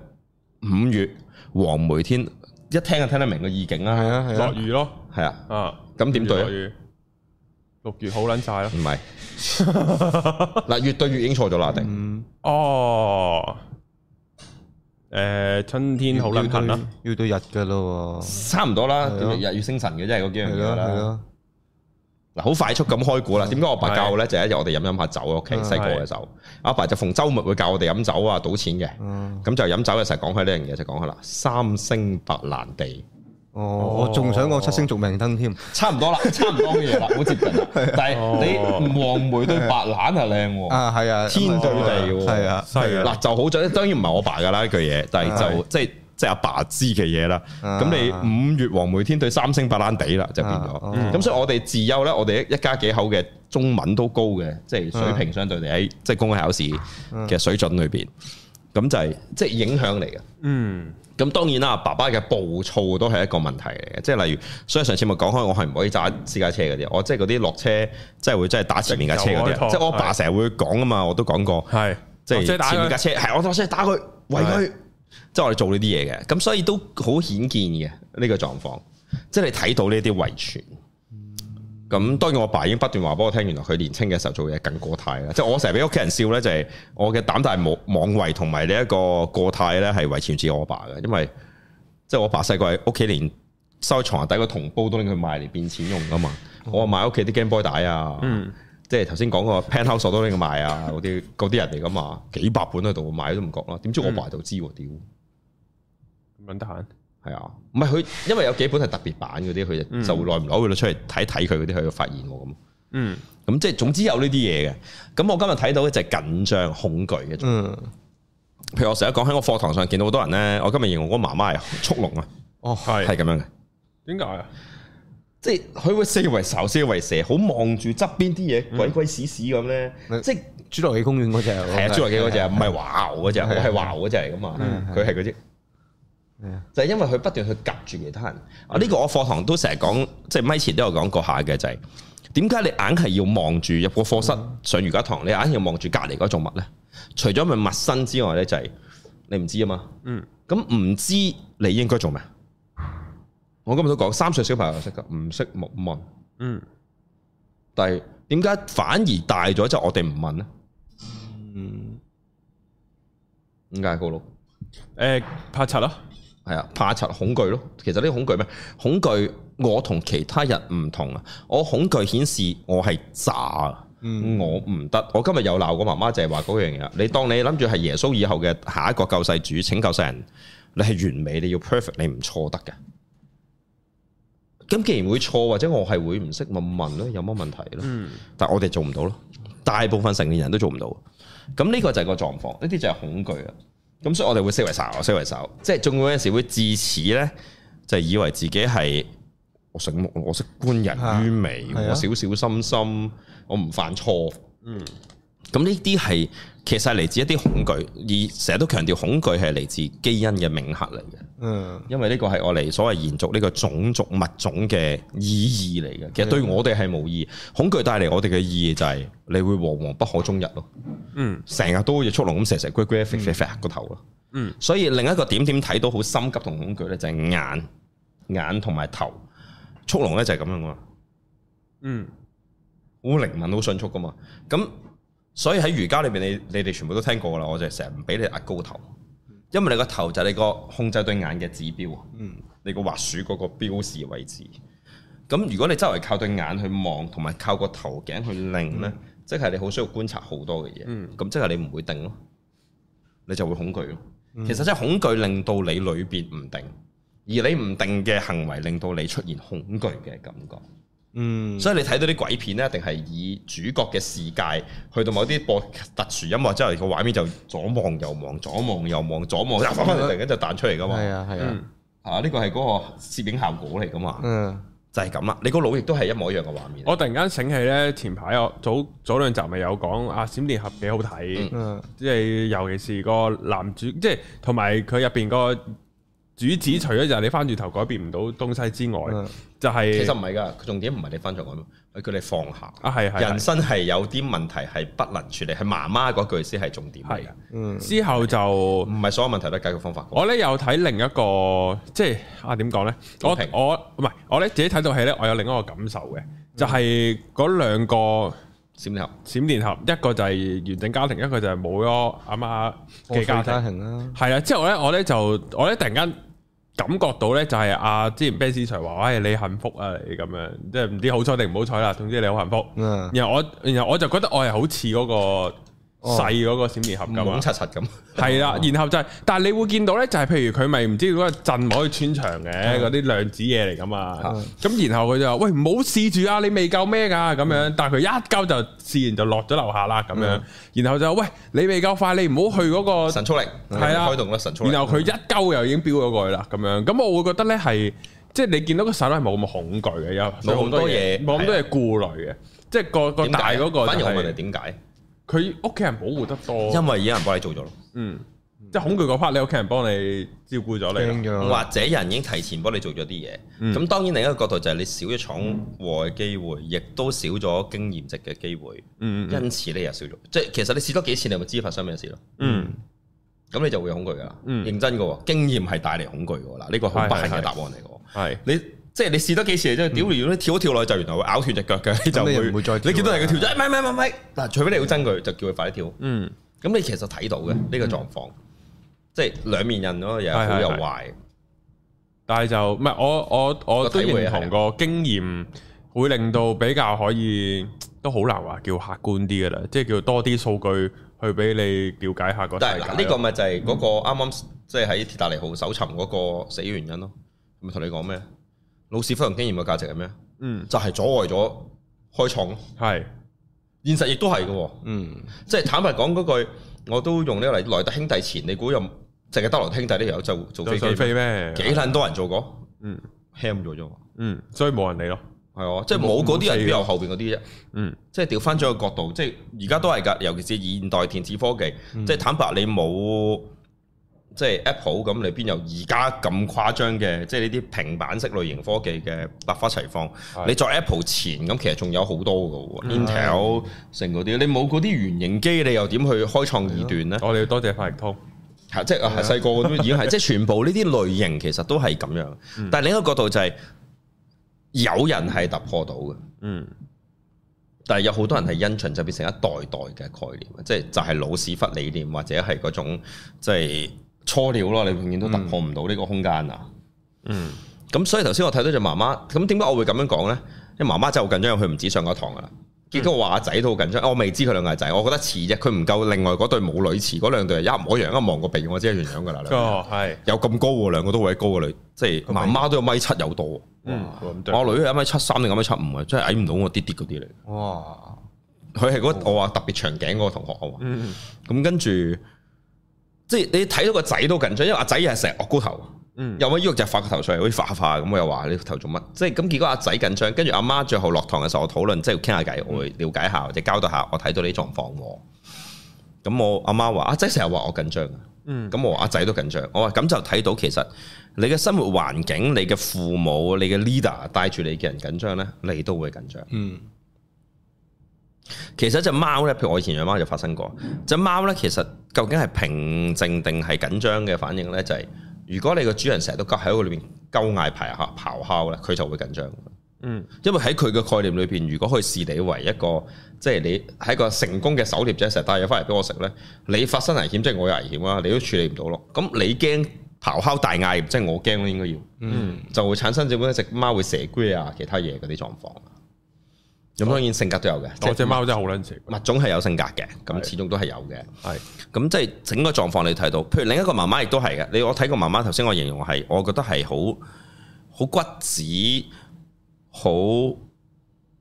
S3: 五月黃梅天，一聽就聽得明個意境
S2: 系
S3: 啦，
S2: 啊系
S1: 落
S2: 啊，
S1: 雨咯，
S3: 係啊，
S1: 啊，
S3: 咁點對啊
S1: 落雨？六月好撚晒咯
S3: 唔，係嗱，越對越已經錯咗啦，一定。
S2: 嗯，
S1: 哦，誒，春天好撚痕啦，
S2: 要到要到日噶咯喎，
S3: 差唔多啦，
S2: 係
S3: 點
S2: 咯
S3: 日月星辰嘅真係嗰幾樣
S2: 係
S3: 嘢
S2: 咯係
S3: 啦。
S2: 咯，
S3: 嗱，好快速咁開估啦。點解我爸教我咧？就係一日我哋飲飲下酒喺屋企，
S2: 嗯
S3: 細個嘅時候，阿爸就逢週末會教我哋飲酒啊、賭錢嘅。
S2: 嗯，
S3: 咁就飲酒嘅時候講開呢樣嘢，就講開啦。三星白蘭地，
S2: 哦，我仲想講七星續命燈添，
S3: 差唔多啦，差唔多嘅嘢啦，好接近 啦。但
S2: 哦
S3: 係你黃梅對白蘭係靚喎。
S2: 啊係啊，
S3: 天對地喎
S2: 係啊，
S1: 犀利啦
S3: 嗱，就好咗，當然唔係我爸噶啦呢句嘢，但係就即係即係阿爸知嘅嘢啦。
S2: 啊
S3: 咁你五月黃梅天對三星白蘭地啦，就變咗。
S2: 啊哦
S3: 咁所以我哋自幼咧，我哋一家幾口嘅中文都高嘅，即係
S2: 啊
S3: 水平相對地喺即係公開考試嘅水準裏邊，咁就係即係影響嚟嘅。
S1: 嗯，
S3: 咁當然啦，爸爸嘅暴躁都係一個問題嚟嘅，即係例如，所以上次咪講開，我係唔可以揸私家車嗰啲，我即係嗰啲落車，即係會真係打前面架車嗰
S2: 啊
S1: 直頭開
S3: 啲，啊
S1: 拖
S3: 即係我阿爸成日會講啊嘛，我都講過，
S1: 係，
S3: 即
S1: 哦
S3: 係
S1: 打
S3: 前面
S1: 佢
S3: 架車係我落車打佢，圍佢，即係我哋做呢啲嘢嘅，咁所以都好顯見嘅呢個狀況，即係你睇到呢啲遺傳。咁當然我爸已經不斷話俾我聽，原來佢年青嘅時候做嘢更過態啦。即係我成日俾屋企人笑咧，就係我嘅膽大妄妄為同埋呢一個過態咧，係遺傳自我爸嘅，因為即係我爸細個喺屋企連收喺床下底個銅煲都拎佢賣嚟變錢用噶嘛。我買屋企啲 Game Boy 帶啊，
S1: Ừ.
S3: 即係頭先講個 Penthouse 我都拎佢賣啊，嗰啲嗰啲人嚟噶嘛，幾百本喺度買都唔覺啦。點知我爸就知喎，屌！
S1: 咁撚得閒，
S3: 係啊，唔係佢，因為有幾本係特別版嗰啲，佢就就耐唔耐會攞出嚟睇睇佢嗰啲，佢就發現我咁。
S1: 嗯，
S3: 咁即係總之有呢啲嘢嘅。咁我今日睇到嘅就係緊張、恐懼嘅。
S2: 嗯，
S3: 譬如我成日講喺我課堂上見到好多人咧，我今日形容我媽媽係速龍啊，
S2: 哦，
S1: 係
S3: 係咁樣嘅，
S1: 點解啊？
S3: 即係佢會四圍睄、四圍射，好望住側邊啲嘢鬼鬼祟祟咁咧，
S2: 嗯
S3: 即係。
S2: 侏羅紀公園嗰只
S3: 係啊，侏羅紀嗰只唔係華牛嗰只，我
S2: 係啊
S3: 係華牛嗰只嚟噶嘛
S2: 嗯，
S3: 佢係嗰只
S2: 係啊。
S3: 就係因為佢不斷去夾住其他人啊！呢個我課堂都成日講，即係咪前都有講過下嘅，就係點解你硬係要望住入個課室上瑜伽堂，你硬係要望住隔離嗰種物呢？除咗咪陌生之外呢，就係你唔知啊嘛。
S1: 嗯，
S3: 咁唔知你應該做咩？我今日都講三歲小朋友就識噶，唔識勿問。
S1: 嗯，
S3: 但係點解反而大咗之後我哋唔問呢？
S2: 嗯，
S3: 點解啊高佬？
S1: 誒，拍柒啦，
S3: 係啊，怕柒恐懼咯。其實呢個恐懼咩？恐懼我同其他人唔同啊！我恐懼顯示我係渣啊，我唔得。我今日有鬧過媽媽，就係話嗰樣嘢。你當你諗住係耶穌以後嘅下一個救世主、拯救世人，你係完美，你要 perfect，你唔錯得嘅。咁既然會錯，或者我係會唔識問問咯，有乜問題咯？
S1: 嗯，
S3: 但我哋做唔到咯，大部分成年人都做唔到。咁呢個就係個狀況，呢啲就係恐懼啊。咁所以我哋會四圍手，四圍手，即係仲有陣時會自此呢，就以為自己係我醒目，我識觀人於微，
S2: 係啊
S3: 我小小心心，我唔犯錯。
S1: 嗯，
S3: 咁呢啲係其實係嚟自一啲恐懼，而成日都強調恐懼係嚟自基因嘅銘刻嚟嘅。
S2: 嗯，
S3: 因為呢個係我哋所謂延續呢個種族物種嘅意義嚟嘅，其實對我哋係無意義，恐懼帶嚟我哋嘅意義就係你會惶惶不可終日咯，
S1: 嗯，
S3: 成日都好似速龍咁射射龜龜肥肥肥個頭咯，
S1: 嗯，
S3: 所以另一個點點睇到好心急同恐懼咧就係眼眼同埋頭，速龍咧就係咁樣噶嘛，
S1: 嗯，
S3: 好靈敏好迅速噶嘛，咁所以喺瑜伽裏邊你你哋全部都聽過啦，我就成日唔俾你壓高頭，因為你個頭就係你個控制對眼嘅指標。
S2: 嗯，
S3: 你個滑鼠嗰個標示位置。咁如果你周圍靠對眼去望，同埋靠個頭頸去擰呢，即係你好需要觀察好多嘅嘢。
S1: 嗯
S3: 咁即係你唔會定咯，你就會恐懼咯。其實即係恐懼令到你裏邊唔定，而你唔定嘅行為令到你出現恐懼嘅感覺。
S2: 嗯，
S3: 所以你睇到啲鬼片咧，一定係以主角嘅視界去到某啲播特殊音樂之後，個畫面就左望右望，左望右望，左望，啊
S1: Ừ.
S3: 翻翻嚟突然間就彈出嚟噶嘛。
S2: Dạ. 係啊係啊，
S1: 嗯，
S3: 啊！呢個係嗰個攝影效果嚟噶嘛？
S2: 嗯，
S3: 就係咁啦。你個腦亦都係一模一樣嘅畫面。
S1: 我突然間醒起咧，前排我早早兩集咪有講啊，閃電俠幾好睇，
S2: 嗯
S1: 即係尤其是個男主，即係同埋佢入邊個主旨，除咗就係你翻轉頭改變唔到東西之外，
S2: 嗯
S1: 就係、
S3: 其實唔係㗎，佢重點唔係你翻咗我，係叫你放下。
S1: 啊係係
S3: 人
S1: 係
S3: 生係有啲問題係不能處理，係媽媽嗰句先係重點嚟
S1: 係
S3: 嘅，
S2: 嗯
S1: 之後就。
S3: 唔係所有問題都係解決方法。
S1: 我咧有睇另一個，即係啊點講咧？我
S3: 點評
S1: 我唔係我咧自己睇套戲咧，我有另一個感受嘅，就係嗰兩個
S3: 閃電俠
S1: 閃電俠，一個就係完整家庭，一個就係冇咗阿媽嘅家庭。
S2: 庭啦，
S1: 係啦，啊之後咧我咧就我咧突然間感覺到咧就係啊，之前 Ben Sir 話：，唉、你幸福啊，你咁樣，即係唔知好彩定唔好彩啦。總之你好幸福。
S2: 嗯，
S1: 然後我然後我就覺得我係好似嗰個細嗰個閃電俠咁啊
S3: 懵。柒柒咁，
S1: 係啦，然後就係、但係你會見到咧，就係、譬如佢咪唔知嗰個陣可以穿牆嘅嗰啲量子嘢嚟噶嘛，咁然後佢就話：喂，唔好試住啊，你未夠咩㗎咁樣。但係佢一鳩就試完就落咗樓下啦咁樣，然後就話喂，你未夠快，你唔好去嗰、個。
S3: 神速力
S1: 係啦
S3: 開動啦，神速力。
S1: 然後佢一鳩又已經飆咗過去啦，咁樣咁我會覺得咧係，即係你見到個細佬係冇咁恐懼嘅，有
S3: 冇咁多嘢啊
S1: 冇咁多嘢顧慮嘅，即係個個
S3: 點解啊
S1: 大嗰個
S3: 反
S1: 就
S3: 而我問你
S1: 係哦
S3: 點解？
S1: 佢屋企人保護得多，
S3: 因為有人幫你做咗咯，
S1: 嗯，即係恐懼嗰 part 你屋企人幫你照顧咗
S2: 驚
S1: 你啦，
S2: 咗，
S3: 或者人已經提前幫你做咗啲嘢。
S1: 嗯
S3: 咁當然另一個角度就係你少咗闖禍嘅機會，亦都少咗經驗值嘅機會。
S1: 嗯嗯
S3: 因此你又少咗，即係其實你試多幾次，你咪知發生咩事咯。
S1: 嗯
S3: 咁你就會有恐懼噶啦。
S1: 嗯
S3: 認真嘅喎，經驗係帶嚟恐懼㗎啦，呢個好不幸嘅答案嚟嘅喎。
S1: 嗯係
S3: 你即係你試多幾次，你真係屌完你跳一跳落去就原來會咬斷只腳嘅，你就
S2: 你又唔會再跳啊
S3: 你見到人佢跳咗，哎唔係唔係唔係，嗱，除非你好憎佢，就叫佢快啲跳。
S1: 嗯
S3: 咁你其實睇到嘅呢個狀況，即係兩面人咯，又係好又壞。
S1: 但係就唔係我我我都
S3: 個體會
S1: 認
S3: 啊
S1: 同個經驗會令到比較可以都好難話叫客觀啲嘅啦，即係叫多啲數據去俾你了解下個世
S3: 但係嗱，
S1: 界
S3: 呢個
S1: 咯。
S3: 咪就係嗰個啱啱即係喺鐵達尼號搜尋嗰個死原因咯。咪同你講咩？老屎忽同經驗嘅價值係咩？
S1: 嗯
S3: 就係阻礙咗開創咯。
S1: 係
S3: 現實亦都係嘅喎，
S2: 嗯
S3: 即係坦白講嗰句，我都用呢個例，萊特兄弟前，你估有淨係得萊特兄弟呢條友就做
S1: 就
S3: 飛機
S1: 想
S3: 啊咩？
S1: 飛咩？
S3: 幾撚多人做過
S1: 嗯
S3: ，ham 咗啫嘛，
S1: 嗯，所以冇人理咯。
S3: 係啊，即係冇嗰啲人邊有後邊嗰啲啫，
S1: 嗯
S3: 即係調翻咗個角度，即係而家都係㗎，尤其是現代電子科技，即係坦白你冇即係 Apple 咁，你邊有而家咁誇張嘅，即係呢啲平板式類型科技嘅百花齊放
S1: 係。
S3: 你在 Apple 前咁，其實仲有好多㗎
S2: 嗯
S3: 喎，Intel 成嗰啲，你冇嗰啲原型機，你又點去開創二段呢？
S1: 我哋要多謝快譯通。
S3: 係即係係細個嗰啲已經係，即係全部呢啲類型其實都係咁樣。但係另一個角度就係、有人係突破到嘅，
S1: 嗯
S3: 但係有好多人係因循就變成一代代嘅概念，即係就係老屎忽理念或者係嗰種即係初料咯，你永遠都突破唔到呢個空間啊！
S1: 嗯
S3: 咁所以頭先我睇到隻媽媽，咁點解我會咁樣講呢？因為媽媽真係好緊張，佢唔止上過堂噶啦。結果我話阿仔都好緊張，我未知佢兩個係仔，我覺得似啫，佢唔夠另外嗰對母女似，嗰兩對係一模一樣，一望個鼻我知係原樣噶啦。兩個
S1: 哦係。
S3: 有咁高喎，兩個都位高嘅女，即係媽媽都有米七有多。
S1: 嗯咁對
S3: 我女係一米七三定一米七五啊，真係矮唔到我啲啲嗰啲嚟。
S2: 哇，
S3: 佢係嗰我話特別長頸嗰個同學啊嘛。
S1: 嗯
S3: 咁跟住，即係你睇到個仔都緊張，因為阿仔又係成日惡高頭，
S1: 嗯
S3: 有乜喐就發個頭上嚟，好似化化咁。我又話你個頭做乜？即係咁結果阿仔緊張，跟住阿媽最後落堂嘅時候，我討論即係傾下偈，我會了解下或者交代下我睇到呢啲狀況喎。咁我阿媽話：阿仔成日話我緊張啊。
S1: 嗯
S3: 咁我話阿仔都緊張，我話咁就睇到其實你嘅生活環境、你嘅父母、你嘅 leader 帶住你嘅人緊張呢，你都會緊張。
S2: 嗯
S3: 其實隻貓呢，譬如我以前養貓就發生過，隻貓呢，其實究竟係平靜定係緊張嘅反應呢？就係、如果你個主人成日都喺佢裏邊鳩嗌排下咆哮呢，佢就會緊張。
S1: 嗯
S3: 因為喺佢嘅概念裏邊，如果佢視你為一個即係你係一個成功嘅狩獵者，成日帶嘢翻嚟俾我食呢，你發生危險即係我有危險啊，你都處理唔到咯。咁你驚咆哮大嗌，即係我驚咯，應該要
S2: 嗯
S3: 就會產生只本一隻貓會蛇龜啊，其他嘢嗰啲狀況。咁當然性格都有嘅，即
S1: 我
S3: 係
S1: 只哦貓真係好撚食。
S3: 物種係有性格嘅，
S1: 係
S3: 咁始終都係有嘅。
S1: 係
S3: 咁即係整個狀況你睇到，譬如另一個媽媽亦都係嘅。你我睇過媽媽，頭先我形容係，我覺得係好好骨子，好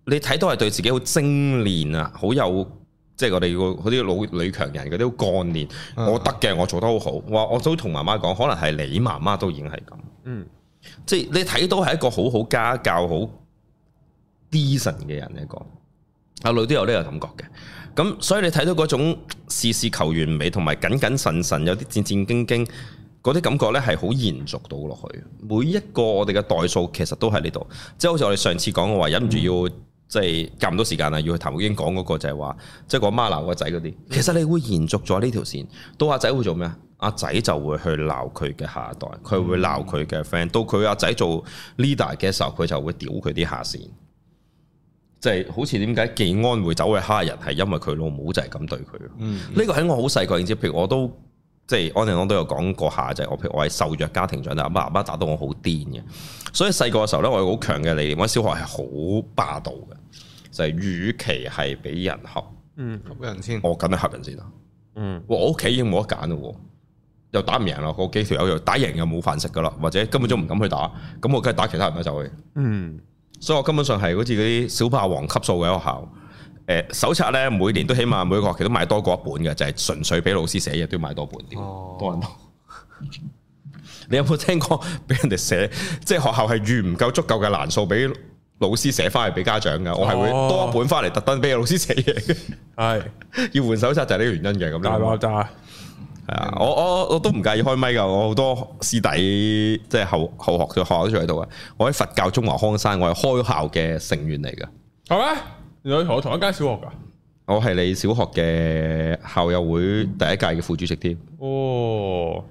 S3: 你睇到係對自己好精練啊，好有即係我哋個嗰啲老女強人嗰啲好幹練，
S2: 嗯
S3: 我得嘅，我做得好好。我話我都同媽媽講，可能係你媽媽都已經係咁，
S1: 嗯
S3: 即係你睇到係一個好好家教、好 decent 嘅人一個。阿女都有呢個感覺嘅。咁所以你睇到嗰種事事求完美，同埋謹謹慎慎，有啲戰戰兢兢嗰啲感覺呢，係好延續到落去。每一個我哋嘅代數其實都喺呢度，即係好似我哋上次講嘅話，忍唔住要即係夾唔到時間啦，要去譚玉英講嗰個就係話，即係個媽鬧個仔嗰啲，其實你會延續咗呢條線。到阿仔會做咩啊？阿仔就會去鬧佢嘅下一代，佢會鬧佢嘅 friend。到佢阿仔做 leader 嘅時候，佢就會屌佢啲下線。就係好似點解技安會走去蝦人，係因為佢老母就係咁對佢咯。呢個喺我好細個認知，譬如我都即係安定安都有講過下，就係、我譬如我係受弱家庭長大，阿爸阿媽打到我好癲嘅，所以細個嘅時候咧，我有好強嘅理念，我喺小學係好霸道嘅，就係、與其係俾人恰，
S2: 吸人先，
S3: 我梗係恰人先啦。
S1: 嗯，
S3: 哇我屋企已經冇得揀咯，又打唔贏啦，嗰幾條友又打贏又冇飯食噶啦，或者根本就唔敢去打，咁我梗係打其他人啦就去。
S1: 嗯，
S3: 所以我根本上係好似嗰啲小霸王級數嘅學校。誒、手冊咧，每年都起碼每個學期都買多過一本嘅，就係、純粹俾老師寫嘢都要買多本啲，
S2: 哦
S3: 多人多。你有冇聽過俾人哋寫， 即係學校係預唔夠足夠嘅欄數俾老師寫翻嚟俾家長㗎？我係會
S1: 哦
S3: 多一本翻嚟特登俾老師寫嘢 嘅，
S1: 系
S3: 要換手冊就係呢個原因嘅。咁你
S1: 大爆炸，
S3: 係啊，我我我都唔介意開咪噶，我好多師弟即係後後學嘅學校都仲喺度啊！我喺佛教中華康山，我係開校嘅成員嚟噶，
S1: 系咩？原來同我同一間小學噶，
S3: 我係你小學嘅校友會
S1: 嗯
S3: 第一屆嘅副主席添，
S1: 哦，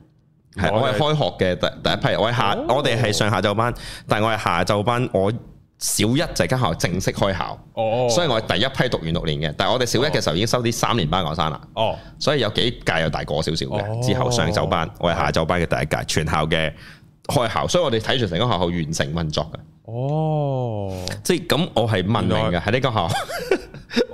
S3: 係我係開學嘅第第一批，我係下
S1: 哦
S3: 我哋係上下晝班，但係我係下晝班，我小一就係間學校正式開校，
S1: 哦，
S3: 所以我係第一批讀完六年嘅，但係我哋小一嘅時候已經收啲三年班學生啦。
S1: 哦，
S3: 所以有幾屆又大過我少少嘅。
S1: 哦
S3: 之後上晝班，我係下晝班嘅第一屆，全校嘅開校，所以我哋睇住成間學校完成運作嘅。
S1: 哦
S3: 即係咁，我係文明
S1: 原
S3: 嘅喺呢間學校，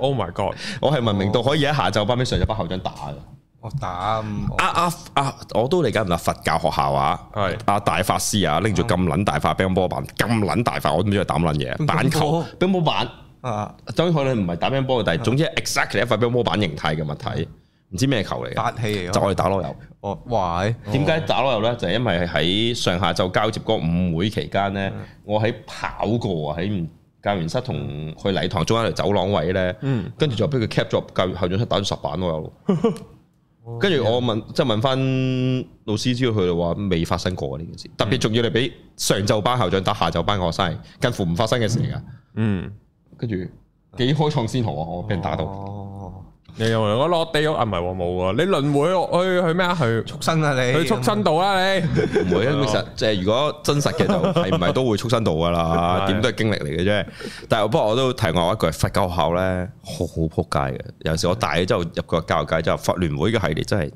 S1: ，Oh my God，
S3: 我係文明到可以喺下晝班俾上晝班校長打嘅。
S2: 我打嗯
S3: 啊啊啊！我都理解唔到佛教學校啊，
S1: 係
S3: 啊大法師啊，拎住咁撚大塊乒乓波板，咁撚大塊，我都唔知佢打乜撚嘢，
S2: 乓
S3: 板球
S2: 波
S3: 乒乓板。
S2: 啊
S3: 當然可能唔係打乒乓波嘅，但係總之 exactly 一塊乒乓波板形態嘅物體，唔知咩球嚟嘅，
S2: 法器嚟
S3: 就
S2: 㗎，
S3: 我哋打籮柚。
S2: 哦哇係
S3: 點解打攞油咧？就係因為喺上下晝交接嗰個午會期間咧，我喺跑過啊，喺教員室同去禮堂中間條走廊位咧，
S1: 嗯
S3: 跟住就俾佢 cap 咗入教校長室打咗十板我有。跟住我問，即係問翻老師知道佢哋話未發生過呢件事，特別仲要你俾上晝班校長打下晝班嘅學生，近乎唔發生嘅事嚟㗎。
S1: 嗯，
S3: 跟住幾開創先河啊！我俾人打到，
S2: 哦
S1: 你又我落地獄啊？唔係喎，冇喎，你輪迴落去去咩啊？去
S2: 畜生啊你
S1: 去畜生道啦，你
S3: 唔會啊！ 其實即係如果真實嘅就係唔係都會促生到噶啦，
S1: 係
S3: 點都係經歷嚟嘅啫。但係不過我都提我一句，佛教學校咧好撲街嘅。有時我大咗之後入個教育界之後，佛聯會嘅系列真係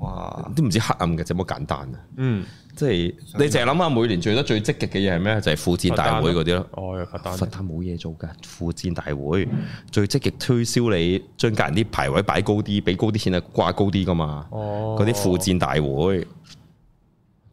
S2: 哇
S3: 都唔知黑暗嘅這麼簡單啊！
S1: 嗯，
S3: 即係你淨係諗下每年最得最積極嘅嘢係咩？就係副戰大會嗰啲咯。
S1: 哦，又佛丹，
S3: 佛誕冇嘢做㗎，副戰大會最積極推銷你將隔人啲排位擺高啲，俾高啲錢啊，掛高啲㗎嘛。
S1: 哦，
S3: 嗰啲附戰大會。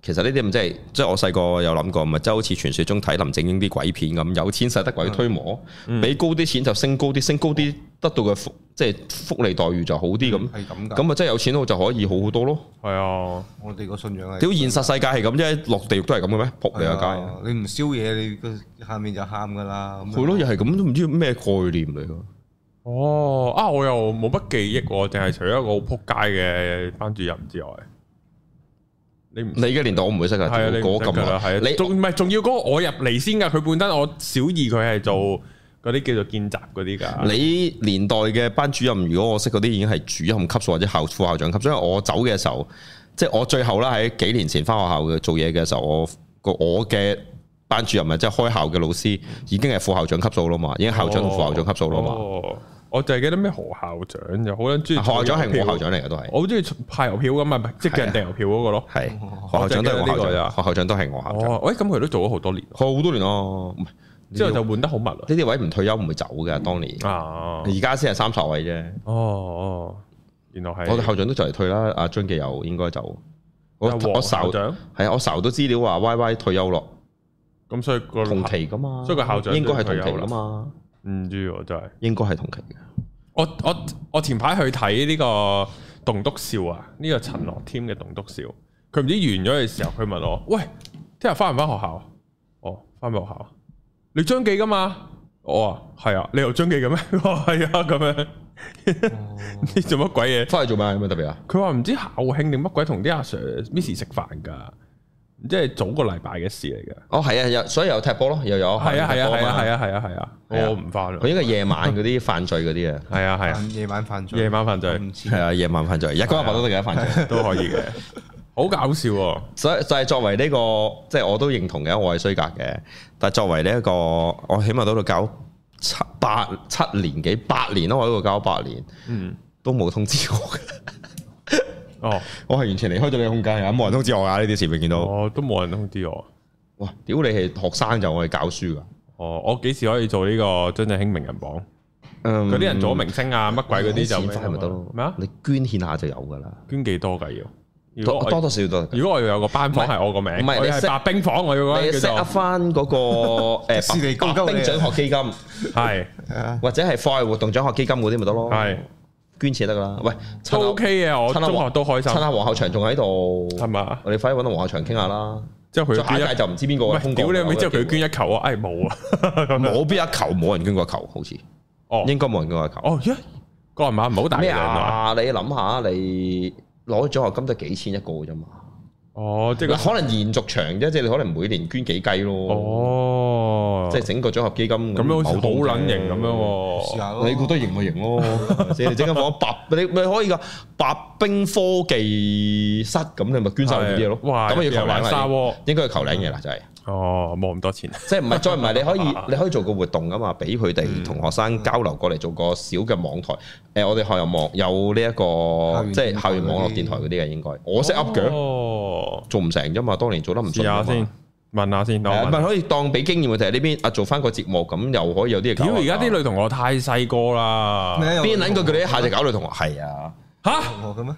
S3: 其實呢啲咪即係，即係我細個有諗過，咪即係好似傳説中睇林正英啲鬼片咁，有錢使得鬼推磨，
S1: 嗯
S3: 俾、高啲錢就升高啲，升高啲得到嘅福即係福利待遇就好啲
S1: 嗯
S3: 咁，
S2: 係咁㗎，
S3: 咁啊真係有錢佬就可以好好多咯。
S1: 係啊，
S2: 我哋個信仰係
S3: 屌現實世界係咁啫，落地獄都係咁嘅咩？仆你
S2: 係
S3: 個街！
S1: 哦
S2: 啊你唔燒嘢你個下面就喊㗎啦，咁樣
S3: 佢咯，又係咁，都唔知咩概念嚟㗎。
S1: 哦，啊，我又冇乜記憶喎，淨係除咗一個好撲街嘅班主任之外，你唔
S3: 你嘅年代我唔會識㗎，
S1: 係啊，你
S3: 屌
S1: 唔
S3: 過
S1: 識
S3: 咗咁
S1: 㗎啦，
S3: 耐，
S1: 係啊，
S3: 你
S1: 仲唔係仲要嗰個我入嚟先㗎，佢本身我小二佢係做嗰啲叫做見習嗰啲㗎，
S3: 你年代嘅班主任，如果我識嗰啲已經係主任級數或者校副校長級，所以我走嘅時候，即係我最後啦喺幾年前翻學校嘅做嘢嘅時候，我
S1: 嗯
S3: 個我嘅班主任啊，即係開校嘅老師已經係副校長級數啦嘛，已經校長同副校長級數啦嘛，啊
S1: 哦，我就係記得咩何校長就好撚中意
S3: 學校長係
S1: 投
S3: 我校
S1: 票
S3: 長啊嚟嘅都係，
S1: 我好中意派郵票㗎嘛，即係叫人訂郵票嗰個咯。
S3: 係學校長都係
S1: 哦我
S3: 我
S1: 就記得呢個
S3: 校長，
S1: 咋
S3: 學校長都係我校長，
S1: 哦，喂，咁佢都做咗好多年，
S3: 好多年咯，唔係
S1: 之後就換得好密啦。
S3: 呢啲位唔退休唔會走嘅，當年
S1: 啊，
S3: 而家先係三十位啫。
S1: 哦哦，原來係
S3: 我哋校長都就嚟退啦，阿張記友應該就我
S1: 阿黃
S3: 我
S1: 校
S3: 搜
S1: 長，
S3: 係啊我搜到資料話 Y Y 退休咯，
S1: 咁所以個
S3: 同期噶嘛，
S1: 所以個校長
S3: 應該係
S1: 退休
S3: 同
S1: 啦
S3: 期噶嘛，
S1: 唔知喎，真係。
S3: 應該係同期嘅。
S1: 我我我前排去睇呢個棟篤笑啊，呢、個陳樂添嘅棟篤笑，佢唔知完咗嘅時候，佢問我：喂，聽日翻唔翻學校啊？哦，翻唔學校啊？你張記噶嘛？我啊，係啊，你又張記嘅咩？ 我話係啊，咁樣
S3: 哦
S1: 你做乜鬼嘢？
S3: 翻嚟做咩？有咩特別啊？
S1: 佢話唔知校慶定乜鬼，同啲阿 Sir、Miss 食飯㗎，即係早個禮拜嘅事嚟㗎。
S3: 哦，係啊，有所以有踢波咯，又有
S1: 係啊係啊係啊係啊
S3: 啊，
S1: 係啊係啊，
S3: 係啊
S1: 我唔翻啦
S3: 佢。應該夜晚嗰啲犯罪嗰啲啊，
S1: 係啊係啊，
S2: 夜晚犯罪，
S1: 夜晚犯罪
S2: 唔知
S3: 係啊，夜晚犯罪，日光日白都得嘅犯罪。
S1: 都可以嘅，好搞笑喎！
S3: 所以就係作為呢、個，即係我都認同嘅，我係衰格嘅。但係作為呢、一個，我起碼都喺度搞七八七年幾八年咯，我喺度搞八年，
S1: 嗯，
S3: 都冇通知我嘅。
S1: 哦，
S3: 我係完全離開咗你嘅空間啊！冇人通知我啊！呢啲事永見到，
S1: 我都冇人通知我。
S3: 哇！屌你係學生就我係搞書噶，
S1: 哦，我幾時可以做呢個張振興名人榜？
S3: 嗯
S1: 嗰啲人做咗明星啊，乜鬼嗰啲就
S3: 攞錢翻咪得咯。
S1: 咩啊？
S3: 你捐獻下就有噶啦，
S1: 捐幾多㗎要？如果
S3: 多多
S1: 我
S3: 多少少都得㗎。
S1: 如果我要有個班房
S3: 唔係
S1: 係我個名，
S3: 唔係
S1: 我要
S3: 你
S1: 係
S3: set-
S1: 白冰房，我要嗰
S3: 你
S1: 個
S3: set
S1: 叫
S3: up
S1: 做
S3: 翻 嗰個
S2: 士
S3: 誒
S2: 利高
S3: 白
S2: 鳩
S3: 白
S2: 你
S3: 冰
S2: 啊
S3: 獎學基金，
S1: 係
S2: 係啊，
S3: 或者係課外活動獎學基金嗰啲咪得咯。
S1: 係
S3: 捐錢得噶啦。喂，趁
S1: 都
S3: 下
S1: OK 嘅，我
S3: 親口
S1: 中學都開
S3: 趁
S1: 心，
S3: 下皇后祥仲喺度，
S1: 係嘛？
S3: 我哋快啲揾到皇后祥傾下啦。
S1: 之後佢
S3: 再下一
S1: 捐
S3: 屆
S1: 一，
S3: 就唔知邊個
S1: 唔
S3: 通
S1: 係
S3: 過
S1: 屌你咪
S3: 有
S1: 之後
S3: 機會
S1: 佢捐一球啊！哎冇啊，
S3: 冇邊一球冇人捐過球，好似
S1: 哦
S3: 應該冇人捐過球。
S1: 哦耶，個人碼唔好大嘅
S3: 咩
S1: 原來
S3: 啊？你諗下，你攞獎學金都幾千一個嘅啫嘛。
S1: 哦，即係個
S3: 嗱，可能延續長啫，即係你可能每年捐幾雞咯。
S1: 哦，
S3: 即係整個獎學基金
S1: 咁樣好似好撚
S3: 撚
S1: 型咁樣。
S2: 試
S1: 喎。
S2: 下咯。
S3: 你覺得型咪型咯，即係你整間房白，你咪可以噶白冰科技室咁，你咪捐晒啲嘢咯。
S1: 係哇
S3: 咁咪
S1: 又
S3: 要
S1: 玩
S3: 求
S1: 沙
S3: 領
S1: 鍋
S3: 啦，應該要求領嘢啦，就係。
S1: 哦，冇咁多錢，
S3: 即係唔係再唔係你可以你可以做個活動噶嘛，俾佢哋同學生交流過嚟做個小嘅網台。誒、我哋學有網有呢、一個
S2: 園
S3: 即係
S2: 電台
S3: 校園網絡
S2: 嗰啲
S3: 電台嗰啲嘅應該，我識 up 嘅，
S1: 哦，
S3: 做唔成啫嘛，當年做得唔
S1: 試
S3: 順
S1: 下
S3: 啊
S1: 先
S3: 嘛。，
S1: 問下先，當
S3: 係啊
S1: 我
S3: 咪
S1: 問
S3: 可以當俾經驗佢哋喺呢邊啊，做翻個節目咁又可以有啲嘢搞
S1: 屌，
S3: 下。
S1: 而家啲女同學太細個啦，
S3: 邊撚過佢哋一
S2: 下
S3: 下就搞女同學係啊，
S1: 吓
S2: 我嘅咩？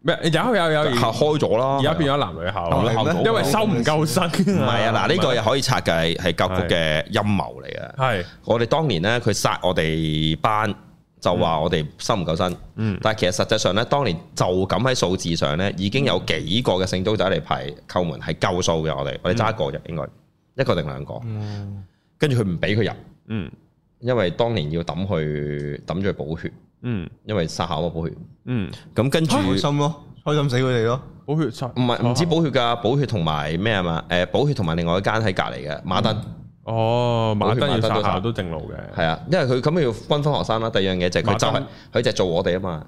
S1: 咩？有有有，
S3: 嚇
S1: 而
S3: 開咗啦，
S1: 哎而家
S3: 係
S1: 變
S3: 啊
S1: 咗嗯男女校
S3: 男
S1: 啦
S3: 女，校
S2: 係咩
S3: 組
S1: 因為收唔夠生。
S3: 唔
S1: 唔
S3: 係啊，嗱呢個又可以拆嘅，係教育局嘅陰謀嚟嘅。
S1: 係
S3: 我哋當年咧，佢殺我哋班就話我哋收唔夠薪，
S1: 嗯
S3: 但係其實實際上咧，當年就咁喺數字上咧，已經
S1: 嗯
S3: 有幾個嘅聖都仔嚟排扣門係夠數嘅，我哋
S1: 嗯
S3: 我哋揸一個啫，應該一個定兩個，
S2: 嗯，
S3: 跟住佢唔俾佢入，
S1: 嗯
S3: 因為當年要抌去抌咗去補血，
S1: 嗯
S3: 因為殺校啊補血，
S1: 嗯，
S3: 咁跟住。
S2: 開心咯，開心死佢哋咯。
S1: 好血殺
S3: 唔係唔止補血㗎，補血同埋咩啊嘛？誒補血同埋另外一間喺隔離嘅馬
S1: 嗯
S3: 登，
S1: 哦，馬登要
S3: 馬
S1: 殺
S3: 登都
S1: 校
S3: 殺
S1: 都正路嘅，
S3: 係啊，因為佢咁樣要分分學生啦。第二樣嘢就係佢就
S1: 馬
S3: 係佢就係做我哋啊嘛。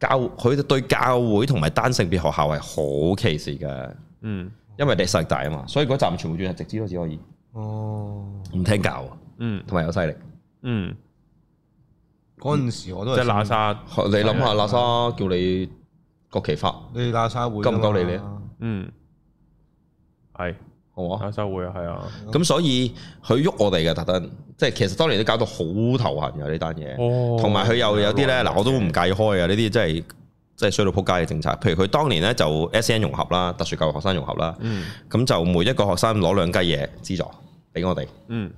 S3: 教佢對教會同埋單性別學校係好歧視嘅，
S1: 嗯
S3: 因為你勢力大啊嘛，所以嗰站全部轉係直資咯，只可以
S2: 哦，
S3: 唔聽教啊，
S1: 嗯
S3: 同埋有勢力。
S1: 嗯，
S2: 嗰陣時我
S1: 即
S2: 都
S1: 係喇沙，
S3: 你諗
S1: 啊
S3: 下，喇沙叫你國旗法，
S2: 你喇沙會㗎
S3: 夠唔夠
S2: 嘛
S3: 你呢？
S1: 嗯，係
S3: 好唔好？
S1: 喇沙會啊，係啊，
S3: 咁所以佢喐我哋嘅特登，即係其實當年都搞到好頭痕嘅呢單嘢。
S1: 哦，嗯
S3: 同埋佢又有啲咧，嗱我都唔介意開啊！呢啲真係真係衰到撲街嘅政策。譬如佢當年咧就 S N 融合啦，特殊教育學生融合啦，
S1: 嗯
S3: 咁就每一個學生攞兩雞嘢資助俾我哋，
S1: 嗯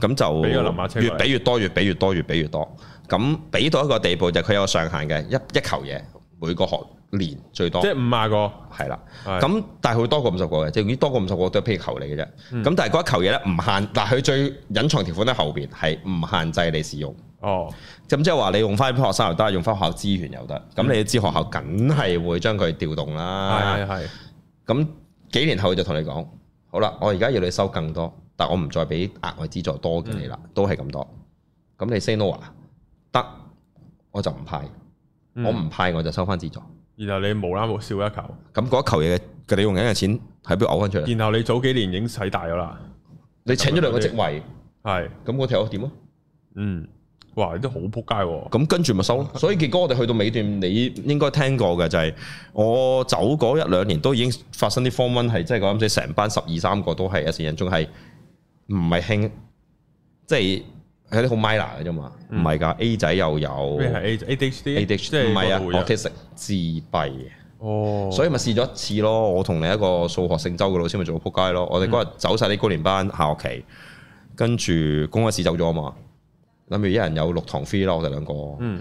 S3: 咁
S1: 俾個林馬車
S3: 就
S1: 過嚟
S3: 越俾越多，越俾越多，越俾越多。咁俾到一個地步就佢有上限嘅，一一球嘢每個學年最多
S1: 即。係五廿個。
S3: 係啦，
S1: 係
S3: 咁但係佢多過五十個嘅，即係如果多過五十個都係譬如球嚟嘅啫。咁、
S1: 嗯
S3: 但係嗰一球嘢咧唔限，但係佢最隱藏條款喺後邊係唔限制你使用。
S1: 哦，
S3: 咁即係話你用翻啲學生又得，用翻學校資源又得。咁你都知學校梗係會將佢調動啦。
S1: 嗯係係系，
S3: 咁幾年後就同你講，好啦，我而家要你收更多，但我唔再俾額外資助多嘅你啦，
S1: 嗯
S3: 都係咁多。咁你 say no 啊？得，我就唔派，
S1: 嗯
S3: 我唔派我就收翻資助。
S1: 然後你無啦冇笑一球，
S3: 咁嗰一球嘢嘅你用緊嘅錢喺邊度嘔翻出嚟？
S1: 然後你早幾年已經使大咗啦，
S3: 你請咗兩個
S1: 嗯
S3: 職位，
S1: 係，
S3: 咁嗰條友點啊？
S1: 嗯，哇，你都好仆街喎，
S3: 咁跟住咪收咯。
S1: 嗯
S3: 所以結果我哋去到尾段，你應該聽過嘅就係、我走嗰一兩年都已經發生啲 form one 係即係講即係成班十二三個都係 S 人，仲係唔係興即係係啲好 minor 嘅啫嘛，唔係㗎 A 仔又
S1: 嗯
S3: 有
S1: 咩係 A D H D
S3: ADHD
S1: 即係
S3: 唔係啊
S1: 個老人
S3: ，autistic 自閉。啊
S1: 哦，
S3: 所
S1: 以
S3: 以咪試咗一次咯。我同另一個數學姓周嘅老師咪做到撲街咯。我哋
S1: 嗯
S3: 嗰日走晒啲高年班下學期，跟住公開試走咗啊嘛。諗住一人有六堂 free 啦，我哋兩個。
S1: 嗯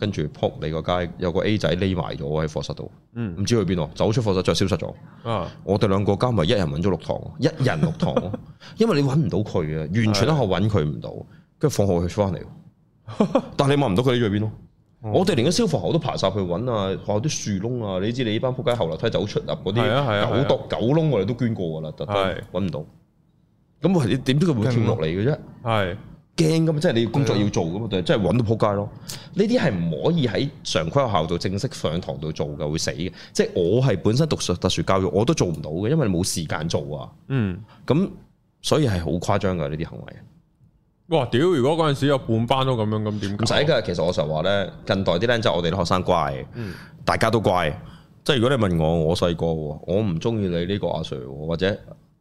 S3: 跟住撲你個街，有個 A 仔匿埋咗喺課室度，
S1: 嗯
S3: 唔知去邊度，走出課室再消失咗。
S1: 啊，
S3: 我哋兩個加 埋一人揾咗六堂，一人六堂，因為你揾唔到佢啊，完全喺學揾佢唔到。跟住放學去翻嚟喎。但係你問唔到佢哋咗去邊咯。
S1: 哦
S3: 我哋連個消防喉都爬晒去揾啊，學校啲樹窿啊，你知你呢班仆街後樓梯走出入嗰啲
S1: 係啊係啊係啊
S3: 狗竇狗窿，我哋都捐過㗎啦，特登
S1: 係
S3: 揾唔到。咁我係點知佢會跳落嚟嘅啫？
S1: 係
S3: 驚咁，即係你工作要做咁嘛，但係真係揾到撲街咯。呢啲係唔可以喺常規學校度正式上堂度做嘅，會死嘅。即係我係本身讀特殊教育，我都做唔到嘅，因為冇時間做啊。
S1: 嗯，
S3: 咁所以係好誇張㗎呢啲行為。
S1: 哇屌！如果嗰陣時有半班都咁樣，咁點搞
S3: 唔使㗎，其實我常話咧，近代啲僆仔，我哋啲學生乖，大家都乖。即係如果你問我，我細個喎，我唔中意你呢個阿 Sir，喎或者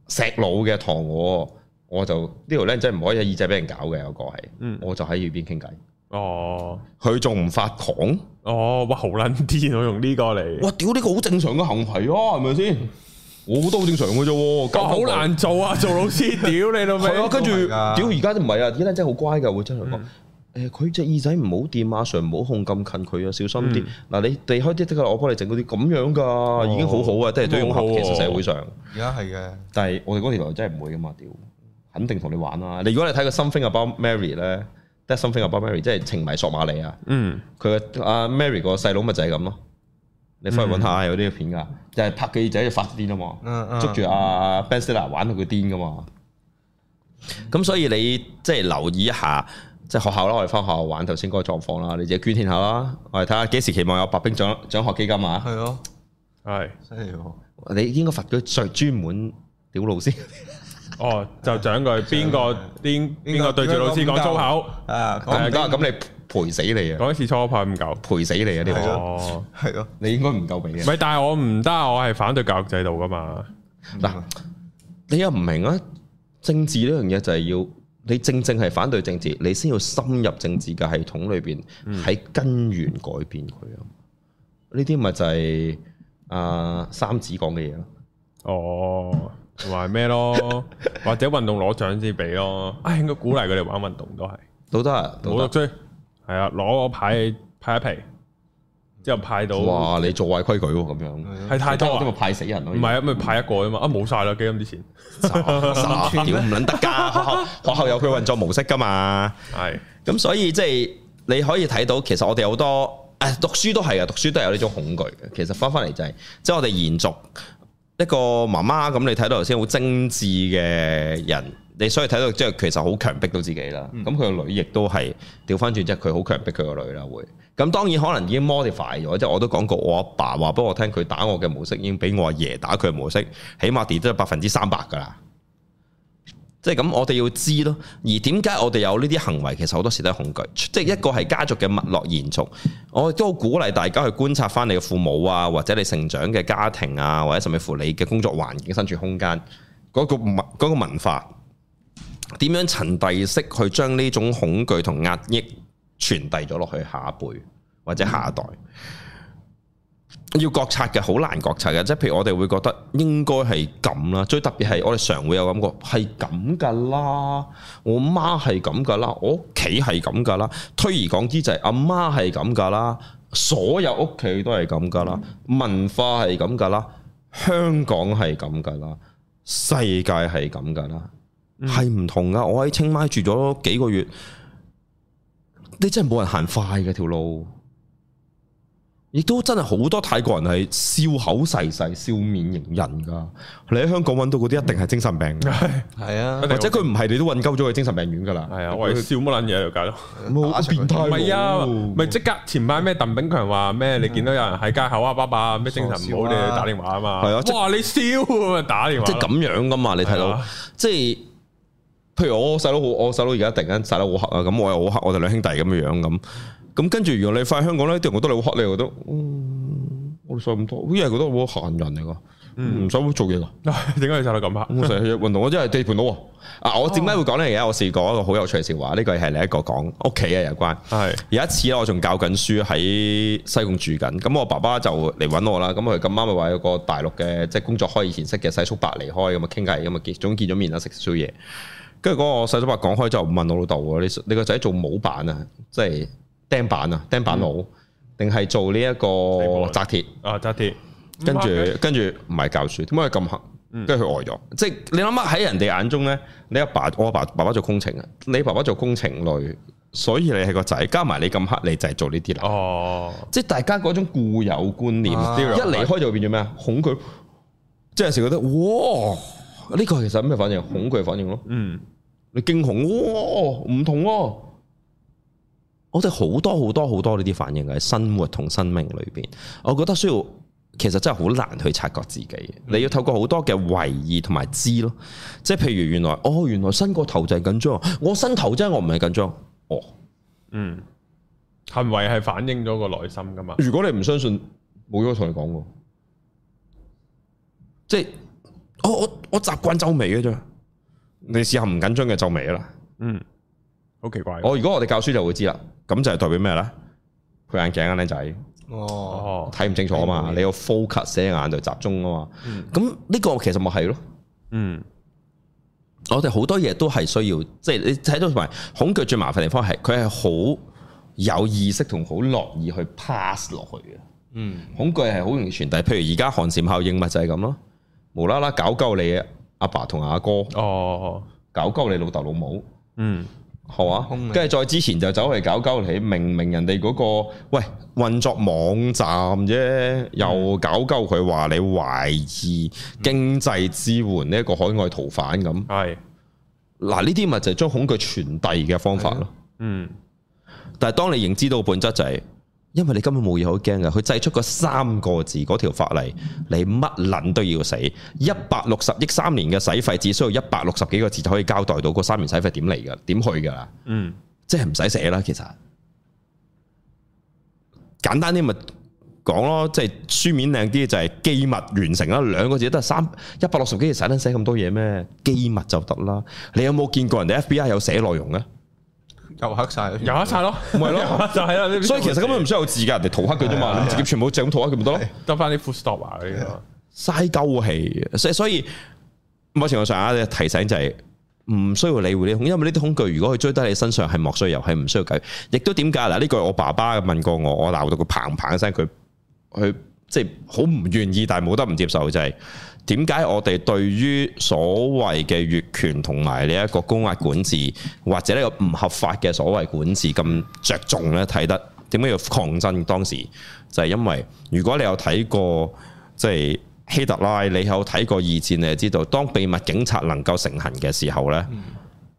S3: 石佬嘅堂我，我就呢條僆仔唔可以喺耳仔俾人搞嘅，有個係，
S1: 嗯
S3: 我就喺耳邊傾偈。
S1: 哦
S3: 佢仲唔發狂？
S1: 哦，哇好撚癲！我用呢個嚟，
S3: 哇！屌呢個好正常嘅行為啊，係咪先？我覺得好正常嘅啫喎，
S1: 哇好難做啊！做老師，屌你老味！
S3: 係啊，嗯跟住
S2: 都係㗎
S3: 屌而家都唔係啊，而家真係好乖㗎，會真係講。誒佢隻耳仔唔好掂啊，常唔好控咁近佢啊，小心啲。嗱、你避開啲得㗎啦，我幫你整嗰啲咁樣㗎，已經好好啊，即係都融合
S1: 好好喎
S3: 其實社會上。
S2: 而家係嘅，
S3: 但係我哋嗰條女真係唔會㗎嘛，屌，肯定同你玩啦。你如果你睇過《Something About Mary》咧，《That Something About Mary》即係情迷索馬利啊。
S1: 嗯
S3: 佢個阿 Mary 個細佬咪就係咁咯。你翻去揾下有啲片㗎，就係拍佢耳仔就發癲啊
S2: 嗯
S3: 嘛，
S2: 嗯
S3: 捉住阿 Ben Stiller 玩到佢癲㗎嘛。咁所以你即係留意一下，即係學校啦，我哋翻學校玩頭先嗰個狀況啦，你自己捐獻下啦。我哋睇下幾時期望有白冰獎獎學基金啊！
S2: 係咯，
S1: 係
S2: 犀利喎，
S3: 你應該罰佢上專門屌老師，
S1: 哦，就獎佢邊個邊
S2: 邊
S1: 邊
S2: 個
S1: 個對住老師
S2: 邊個
S1: 講
S2: 咁
S1: 粗口，
S2: 啊，
S3: 咁
S2: 講
S3: 唔
S2: 唔
S3: 得
S2: 定
S3: 啊，咁你賠死你啊，
S1: 講一次粗口派唔夠。
S3: 賠死你啊呢
S2: 係
S3: 個，
S2: 啊
S1: 哦，
S2: 係咯，
S3: 你應該唔夠俾
S1: 唔
S3: 嘅。
S1: 係，但係我唔得，我係反對教育制度噶嘛。
S3: 嗱，你又唔明啊？政治呢樣嘢就係要你正正係反對政治，你先要深入政治嘅系統裏邊，
S1: 嗯
S3: 喺根源改變佢啊！呢啲咪就係、啊三子講嘅嘢咯。
S1: 哦，同埋咩咯？或者運動攞獎先俾咯。啊，應該鼓勵佢哋玩運動都係。
S3: 都得啊，
S1: 冇
S3: 都
S1: 得
S3: 得。
S1: 追，係啊，攞個牌派一皮，之後派到
S3: 哇！你做壞規矩喎，咁樣
S2: 係咯
S1: 係太多
S3: 都咪
S1: 啊，
S3: 派死人咯。
S1: 唔係啊，咪派一個啫嘛，啊冇晒啦，基金啲錢
S3: 傻，傻屌唔撚得㗎！學校學校有佢運作模式㗎嘛。
S1: 係
S3: 咁所以即係你可以睇到，其實我哋好多誒讀書都係嘅，讀書都係有呢種恐懼嘅。其實翻翻嚟就係、即係我哋延續一個媽媽咁，你睇到頭先好精緻嘅人，你所以睇到即係其實好強迫到自己啦。咁佢個女亦都係調翻轉，即係佢好強迫佢個女啦會。咁當然可能已經 modify 咗，即係我都講過，我阿爸話俾我聽，佢打我嘅模式已經比我阿爺打佢嘅模式，起碼跌咗百分之三百㗎啦。即係咁，我哋要知咯。而點解我哋有呢啲行為，其實好多時都係恐懼。即係一個係家族嘅脈絡延續。我亦都好鼓勵大家去觀察翻你嘅父母啊，或者你成長嘅家庭啊，或者甚至乎你嘅工作環境、生存空間嗰、個文嗰個文化，點樣層遞式去將呢種恐懼同壓抑傳遞咗落去下一輩或者下一代。要覺察嘅，好難覺察嘅，即係譬如我哋會覺得應該係咁啦，最特別係我哋常會有感覺係咁噶啦，我媽係咁噶啦，我屋企係咁噶啦，推而廣之就係阿媽係咁噶啦，所有屋企都係咁噶啦，文化係咁噶啦，香港係咁噶啦，世界係咁噶啦，係唔同噶。我喺清邁住咗幾個月，你真係冇人行快嘅條路。亦都真係好多泰國人係笑口噬噬、笑面迎人㗎。你喺香港揾到嗰啲一定係精神病，
S2: 係啊，
S3: 或者佢唔係你都揾鳩咗去精神病院㗎啦。
S1: 係啊，我係笑乜撚嘢喺條街咯，
S3: 冇好變態
S1: 唔
S3: 喎，
S1: 係啊，咪即刻前排咩鄧炳強話咩？你見到有人喺街口啊，爸爸咩精神唔好，你
S2: 傻笑
S1: 去
S2: 啊
S1: 打電話啊嘛，
S3: 係啊即
S1: 哇你笑啊打電話，
S3: 即係咁樣噶嘛？你睇
S1: 係
S3: 到
S1: 啊
S3: 即係。譬如我細佬好，我細佬而家突然間細佬好黑啊，咁我又好黑，我哋兩兄弟咁嘅樣咁，咁跟住原來你翻香港咧，啲人覺得你好黑，你又覺得，嗯，我哋細咁多，啲人覺得我閒人嚟噶，
S1: 嗯
S3: 唔使做嘢噶，
S1: 啊 點解你晒到咁黑？
S3: 咁我成日去運動，我真係地盤佬喎啊！我點解會講呢樣嘢？我試過一個好有趣嘅笑話，呢個係另一個講屋企嘅有關。
S1: 係
S3: 有一次咧，我仲教緊書喺西貢住緊，咁我爸爸就嚟揾我啦。咁佢咁啱咪話有個大陸嘅即係工作開以前識嘅細叔伯離開咁啊傾偈咁啊結總見咗面啦，食宵夜。跟住嗰個細叔伯講開之後問我老豆喎，你你個仔做模板啊，即係釘板啊，釘板佬，定係做呢一
S1: 地
S3: 個
S1: 板
S3: 哦紮鐵？
S1: 啊，扎鐵，
S3: 跟住跟住唔係教書，點解佢咁黑？
S1: 嗯
S3: 跟住佢呆咗。即係你諗下喺人哋眼中咧，你阿爸我阿爸爸爸做工程啊，你爸爸做工程類，所以你係個仔，加埋你咁黑，你就係做呢啲啦。
S1: 哦，
S3: 即係大家嗰種固有觀念，
S2: 啊
S3: 一離開就變咗咩啊？恐懼，即係有時覺得哇，呢、個其實咩反應？恐懼反應咯。
S1: 嗯，
S3: 你驚恐，哇，唔同喎、我哋好多好多好多呢啲反應嘅喺生活同生命裏邊，我覺得需要其實真係好難去察覺自己，你要透過好多嘅懷疑同埋知咯，即係譬如原來哦，原來伸個頭就係緊張，我伸頭啫，我唔係緊張。哦，
S1: 嗯，行為係反映咗個內心噶嘛，
S3: 如果你唔相信，冇嘢可以同你講喎，即係我我我習慣皺眉嘅啫，你試下唔緊張嘅皺眉啦。
S1: 嗯，好奇怪，
S3: 哦我如果我哋教書就會知啦，咁就係代表咩咧？配眼鏡啊，僆仔
S2: 哦，
S1: 哦，
S3: 睇唔清楚啊嘛，你要 focus 喺眼度集中啊嘛。咁呢個其實咪係咯，
S1: 嗯，
S3: 我哋好多嘢都係需要，即係你睇到同埋恐懼最麻煩地方係佢係好有意識同好樂意去 pass 落去嘅。
S2: 嗯，
S3: 恐懼係好容易傳遞，譬如而家寒蟬效應咪就係咁咯，無啦啦搞鳩你阿爸同阿哥，
S1: 哦，
S3: 搞鳩你老豆老母。
S1: 嗯，
S3: 係嘛
S2: 空啊嘅？
S3: 跟住再之前就走去搞鳩你，明明人哋嗰、個喂運作網站啫，
S2: 嗯
S3: 又搞鳩佢話你懷疑經濟支援呢一個海外逃犯咁，
S1: 係，
S3: 嗱呢啲咪就係將恐懼傳遞嘅方法
S2: 係
S3: 咯
S2: 啊。
S1: 嗯，
S3: 但係當你認知到本質就係、因為你根本冇嘢好驚嘅，啊佢製出嗰三個字嗰條法例，你乜撚都要死，一百六十億三年嘅使費，只需要一百六十幾個字就可以交代到嗰三年使費點嚟㗎，點去㗎啦。
S1: 嗯，
S3: 即係唔使寫啦，其實簡單啲咪講咯，即係書面靚啲就係機密完成啦，兩個字都係三一百六十幾字，使得寫咁多嘢咩？機密就得啦。你有冇見過人哋 FBI 有寫內容啊？
S2: 又黑晒，
S1: 有一刷咯，
S3: 咪係
S1: 有
S3: 咯
S1: 一刷係啦，呢邊
S3: 所以其實根本唔需要有字㗎，人哋塗黑佢啫嘛，你直接全部就咁塗黑佢咪得咯，
S1: 得翻啲 full stop 啊嗰啲啊，
S3: 嘥鳩氣。所以所以某程度上啊，提醒就係、唔需要理會呢啲恐，因為呢啲恐懼如果佢追得你身上係莫須有，係唔需要計。亦都點解嗱？呢句我爸爸問過我，我鬧到佢砰砰聲，佢佢即係好唔願意，但係冇得唔接受就係點解我哋對於所謂嘅越權同埋呢一個高壓管治，或者呢個唔合法嘅所謂管治咁着重呢？睇得點解要抗爭？當時就係因為如果你有睇過即係。希特拉，你有睇過二戰，你就知道，當秘密警察能夠成行嘅時候呢，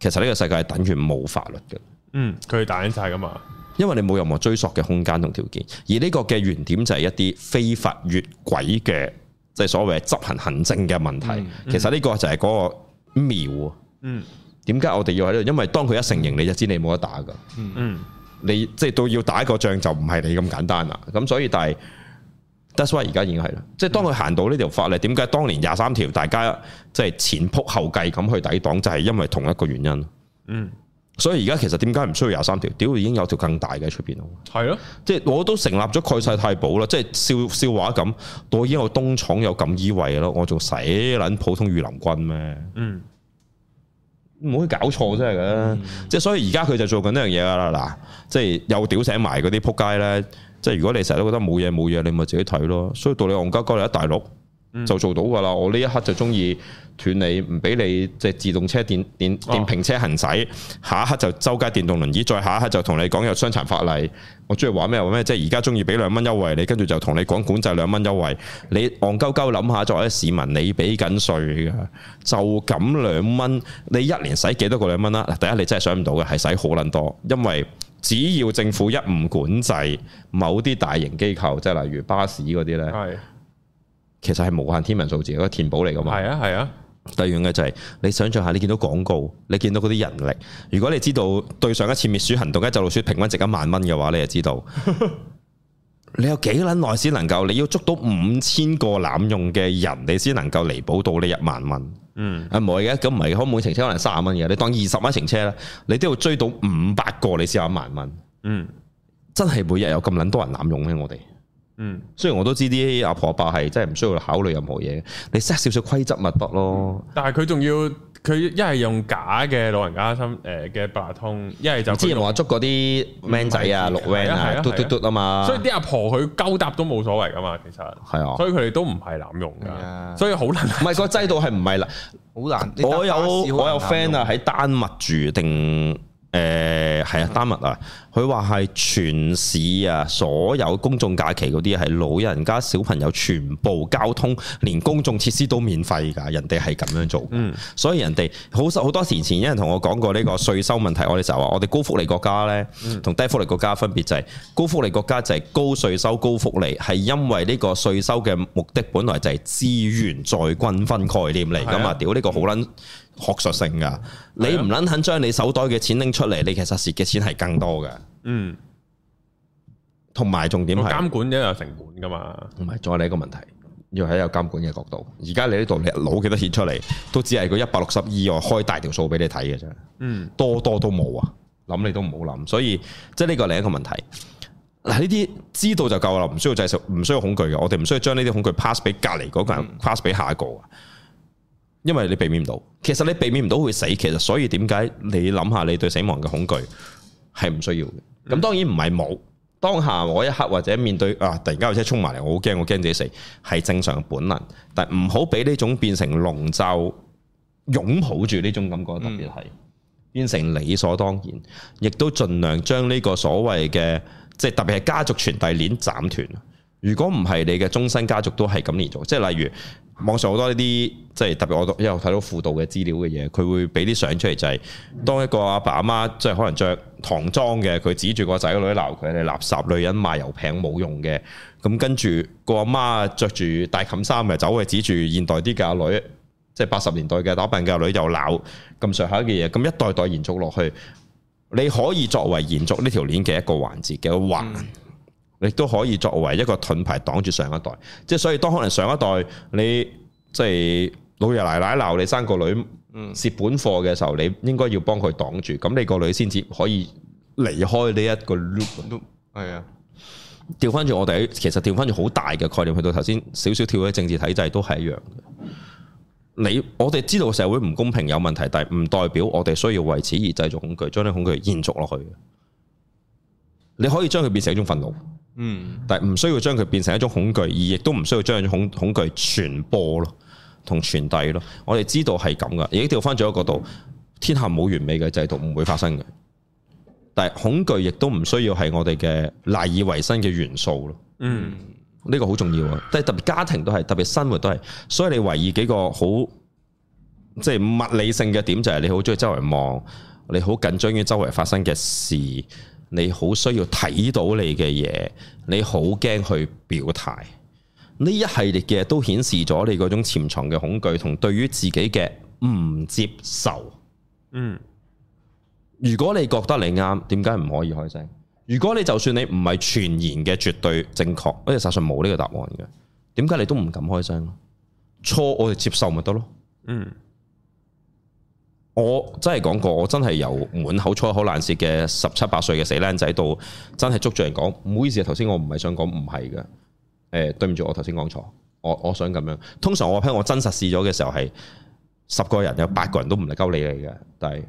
S3: 其實呢個世界係等於冇法律嘅。
S1: 嗯，佢打緊晒噶嘛，
S3: 因為你冇任何追索嘅空間同條件，而呢個嘅原點就係一啲非法越軌嘅，即係所謂執行行政嘅問題。其實呢個就係嗰個妙啊！
S1: 嗯
S3: 點解我哋要喺呢度？因為當佢一成形，你就知你冇得打㗎。
S1: 嗯
S3: 你即係到要打一個仗就唔係你咁簡單啦。咁所以但係 that's why 而家已經係啦，即係當佢行到呢條法例，點解當年廿三條大家即係前仆後繼咁去抵擋，就係、因為同一個原因。
S1: 嗯，
S3: 所以而家其實點解唔需要廿三條？屌已經有條更大嘅喺出邊啦。
S1: 係咯，
S3: 即係我都成立咗蓋世太保啦，即係笑笑話咁，我已經有東廠有錦衣衛咯，我仲使撚普通御林軍咩？
S1: 嗯
S3: 唔好搞錯真係嘅，即係所以而家佢就做緊呢樣嘢㗎啦嗱，即係又屌醒埋嗰啲撲街咧，即係如果你成日都覺得冇嘢冇嘢，你咪自己睇咯。所以到你戇鳩鳩你喺大陸就做到㗎啦，我呢一刻就中意斷你，唔俾你即係自動車電電
S1: 哦
S3: 電瓶車行駛，下一刻就周街電動輪椅，再下一刻就同你講有傷殘法例，我中意玩咩玩咩，即係而家中意俾兩蚊優惠你，跟住就同你講管制兩蚊優惠，你戇鳩鳩諗下，作為市民你俾緊税㗎。就咁兩蚊，你一年使幾多個兩蚊啦？嗱，第一你真係想唔到嘅，係使好撚多，因為只要政府一唔管制某啲大型機構，即係例如巴士嗰啲呢，
S1: 係啊
S3: 其實係無限天文數字，嗰個填補嚟噶嘛。
S1: 係啊係啊，
S3: 第二樣嘅就係、你想象下，你見到廣告，你見到嗰啲人力，如果你知道對上一次滅鼠行動嘅走老鼠平均值一萬蚊嘅話，你就知道 你有幾撚耐先能夠，你要捉到五千個濫用嘅人，你先能夠彌補到呢一萬蚊。
S1: 嗯
S3: 啊唔係嘅，咁唔係嘅，可每程車可能三十蚊嘅，你當二十蚊一程車啦，你都要追到五百個你先有一萬蚊，
S1: 嗯
S3: 真係每日有咁撚多人濫用咩？我哋
S1: 嗯，
S3: 雖然我都知啲阿婆阿伯係真係唔需要考慮任何嘢，你 set 少少規則咪得咯。
S1: 但係佢仲要佢一係用假嘅老人家心诶嘅八達通，一係就佢
S3: 之前
S1: 用
S3: 話捉嗰啲 man 仔啊、
S1: 唔係
S3: 綠 van
S1: 係啊係
S3: 啊
S1: 啊、
S3: 嘟嘟嘟啊嘛，
S1: 所以啲阿婆佢勾搭都冇所謂噶嘛，其實，
S3: 係啊。
S1: 所以佢哋都唔係濫用
S2: 係啊
S1: 噶，所以好難。
S3: 唔係個制度係唔係啦？
S2: 好難。你搭
S3: 我有
S2: 巴士好難
S3: 我有
S2: 行
S3: friend 啊，
S2: 路，
S3: 喺丹麥住定誒係啊丹麥啊，佢話係全市啊所有公眾假期嗰啲係老人家小朋友全部交通，連公眾設施都免費㗎，人哋係咁樣做。
S1: 嗯，
S3: 所以人哋好好多年前有人同我講過呢個税收問題，我哋就話我哋高福利國家呢，
S1: 嗯
S3: 同低福利國家分別就係、高福利國家就係高税收高福利，係因為呢個税收嘅目的本來就係資源再均分概念嚟㗎
S1: 係
S3: 嘛，
S1: 啊
S3: 屌呢、個好撚學術性㗎，你唔撚肯將你手袋嘅錢拎出嚟，你其實蝕嘅錢係更多㗎，
S1: 嗯，
S3: 同埋重點
S1: 個
S3: 係
S1: 監管一有成本噶嘛，
S3: 同埋再嚟一個問題。要喺有監管嘅角度，而家你呢度你攞幾多錢出嚟，都只係個一百六十以外開大條數俾你睇嘅啫。
S1: 嗯，
S3: 多多都冇啊，諗你都唔好諗，所以即係呢個另一個問題。嗱，呢啲知道就夠啦，唔需要制受，唔需要恐懼嘅，我哋唔需要將呢啲恐懼 pass 俾隔離嗰個人、p a s s 俾下一個啊，因為你避免唔到。其實你避免唔到會死，其實所以點解你諗下你對死亡嘅恐懼係唔需要嘅？咁當然唔係冇。當下我一刻或者面對啊，突然間有車衝埋嚟，我好驚，我驚自己死，係正常嘅本能。但唔好俾呢種變成籠罩，擁抱住呢種感覺，特別係。變成理所當然，亦都盡量將呢個所謂嘅，即係特別係家族傳遞鏈斬斷。啊如果唔係，你嘅終身家族都係咁連做。即係例如網上好多呢啲，即係特別我都因為我睇到輔導嘅資料嘅嘢，佢會俾啲相出嚟，就係、當一個阿爸阿媽即係可能着唐裝嘅，佢指住個仔個女鬧佢你垃圾女人賣油餅冇用嘅。咁跟住個阿媽着住大冚衫嘅走去指住現代啲嘅阿女。即係八十年代嘅打扮嘅女又鬧咁上下嘅嘢，咁一代代延續落去，你可以作為延續呢條鏈嘅一個環節嘅環，亦都可以作為一個盾牌擋住上一代。即係所以當可能上一代你即係老爺奶奶鬧你生個女蝕本貨嘅時候，你應該要幫佢擋住，咁你個女先至可以離開呢一個 loop 啊。
S2: 都係啊，
S3: 調翻轉我哋喺其實調翻轉好大嘅概念，去到頭先少少跳喺政治體制都係一樣嘅。你我哋知道社會唔公平有問題，但係唔代表我哋需要為此而製造恐懼，將啲恐懼延續落去嘅。你可以將佢變成一種憤怒，
S2: 嗯，
S3: 但係唔需要將佢變成一種恐懼，而亦都唔需要將一種恐恐懼傳播咯，同傳遞咯。我哋知道係咁噶，亦都調翻咗一個角度，天下冇完美嘅制度，唔會發生嘅。但係恐懼亦都唔需要係我哋嘅賴以為生嘅元素咯。
S1: 嗯，
S3: 呢個好重要啊！即係特別家庭都係，特別生活都係，所以你維意幾個好即係物理性嘅點就係你好中意周圍望，你好緊張於周圍發生嘅事，你好需要睇到你嘅嘢，你好驚去表態。呢一系列嘅都顯示咗你嗰種潛藏嘅恐懼同對於自己嘅唔接受。
S1: 嗯，
S3: 如果你覺得你啱，點解唔可以開聲？如果你就算你唔係全然嘅絕對正確，因為實上冇呢個答案嘅，點解你都唔敢開聲咯？錯我哋接受咪得咯？
S1: 嗯，
S3: 我真係講過，我真係由滿口粗口爛舌嘅十七八歲嘅死僆仔到真係捉住人講，唔好意思啊，頭先我唔係想講唔係嘅，誒、對唔住，我頭先講錯，我我想咁樣。通常我喺我真實試咗嘅時候係十個人有八個人都唔能夠理你嘅，但係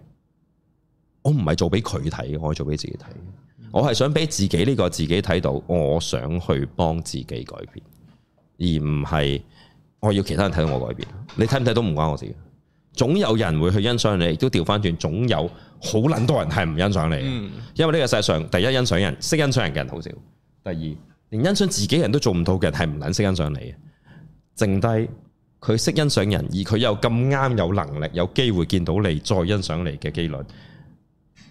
S3: 我唔係做俾佢睇嘅，我係做俾自己睇嘅。我係想俾自己呢個自己睇到，我想去幫自己改變，而唔係我要其他人睇到我改變。你睇唔睇到唔關我事嘅。總有人會去欣賞你，亦都調翻轉，總有好撚多人係唔欣賞你嘅。因為呢個世界上，第一欣賞人，識欣賞人嘅人好少；第二，連欣賞自己人都做唔到嘅人係唔撚識欣賞你嘅。剩低佢識欣賞人，而佢又咁啱有能力、有機會見到你再欣賞你嘅機率，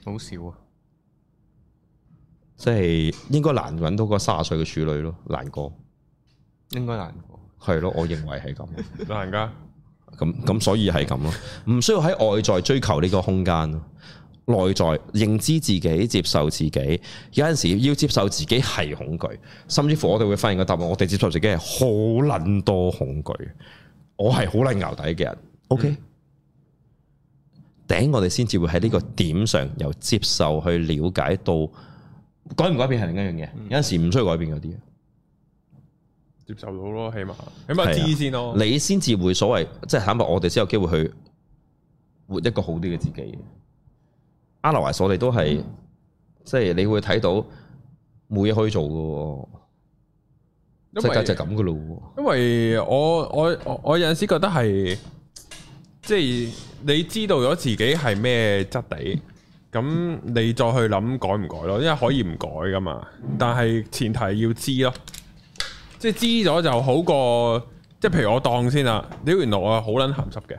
S2: 好少啊，
S3: 即係應該難揾到個卅歲嘅處女咯，難過
S2: 應該難過。
S3: 係咯，我認為係咁。
S1: 老人家，
S3: 咁咁所以係咁咯，唔需要喺外在追求呢個空間咯。內在認知自己、接受自己，有陣時要接受自己係恐懼，甚至乎我哋會發現個答案，我哋接受自己係好撚多恐懼。我係好撚牛底嘅人，OK，頂我哋先至會喺呢個點上由接受去了解到改唔改變係另一樣嘢，有陣時唔需要改變嗰啲嘢，
S1: 接受到咯，起碼起碼知先咯。
S3: 你先至會所謂，即係坦白，我哋先有機會去活一個好啲嘅自己。Otherwise，我哋都係、即係你會睇到冇嘢可以做嘅喎，
S1: 因
S3: 世
S1: 為
S3: 界就係咁嘅咯喎。
S1: 因為我我我我有阵时觉得係，即係你知道咗自己係咩質地，咁你再去諗改唔改咯，因為可以唔改噶嘛。但係前提要知咯，即係知咗就好過，即係譬如我當先啦，屌原來我係好撚鹹濕嘅，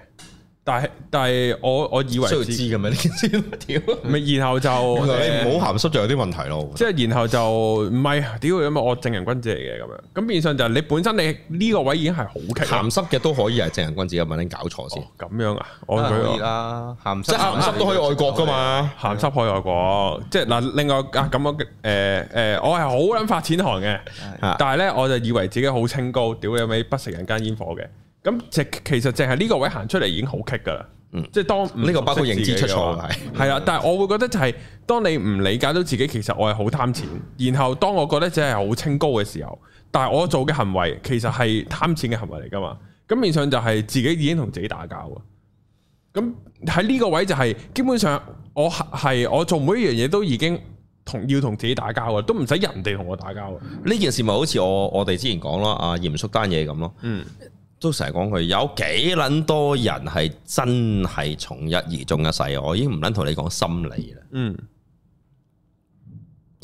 S1: 但係但係我我以為
S3: 需要
S1: 自
S3: 知嘅咩？呢件事屌，
S1: 咪然後就
S3: 原來你唔好鹹濕就有啲問題 咯。
S1: 即係然後就唔係屌咁啊！我正人君子嚟嘅咁樣，咁變相就係你本身你呢個位已經係好棘啦
S3: 鹹濕嘅都可以係正人君子嘅，咪撚搞錯先
S1: 哦。咁樣啊，我
S2: 梗係可以
S1: 佢
S2: 啦，啊鹹濕啊
S3: 即係鹹濕都可以愛國噶嘛？
S1: 鹹濕海外國，即係嗱，另外啊咁樣誒誒，我係好撚發錢寒嘅，
S3: 啊
S1: 但係咧我就以為自己好清高，屌你尾不食人間煙火嘅，咁即其實淨係呢個位行出嚟已經好棘噶啦，即係當
S3: 嗯呢個包括認知出錯
S1: 係
S3: 係。
S1: 係啦，但係我會覺得就係當你唔理解到自己其實我係好貪錢，然後當我覺得自己係好清高嘅時候，但係我做嘅行為其實係貪錢嘅行為嚟噶嘛，咁面上就係自己已經同自己打交啊。咁喺呢個位就係、基本上我係我做每一樣嘢都已經同要同自己打交啊，都唔使人哋同我打交啊。
S3: 呢件事咪好似我我哋之前講啦，阿嚴叔單嘢咁咯，
S1: 嗯，
S3: 都成日講佢有幾撚多人係真係從一而終一世，我已經唔撚同你講心理啦。
S1: 嗯，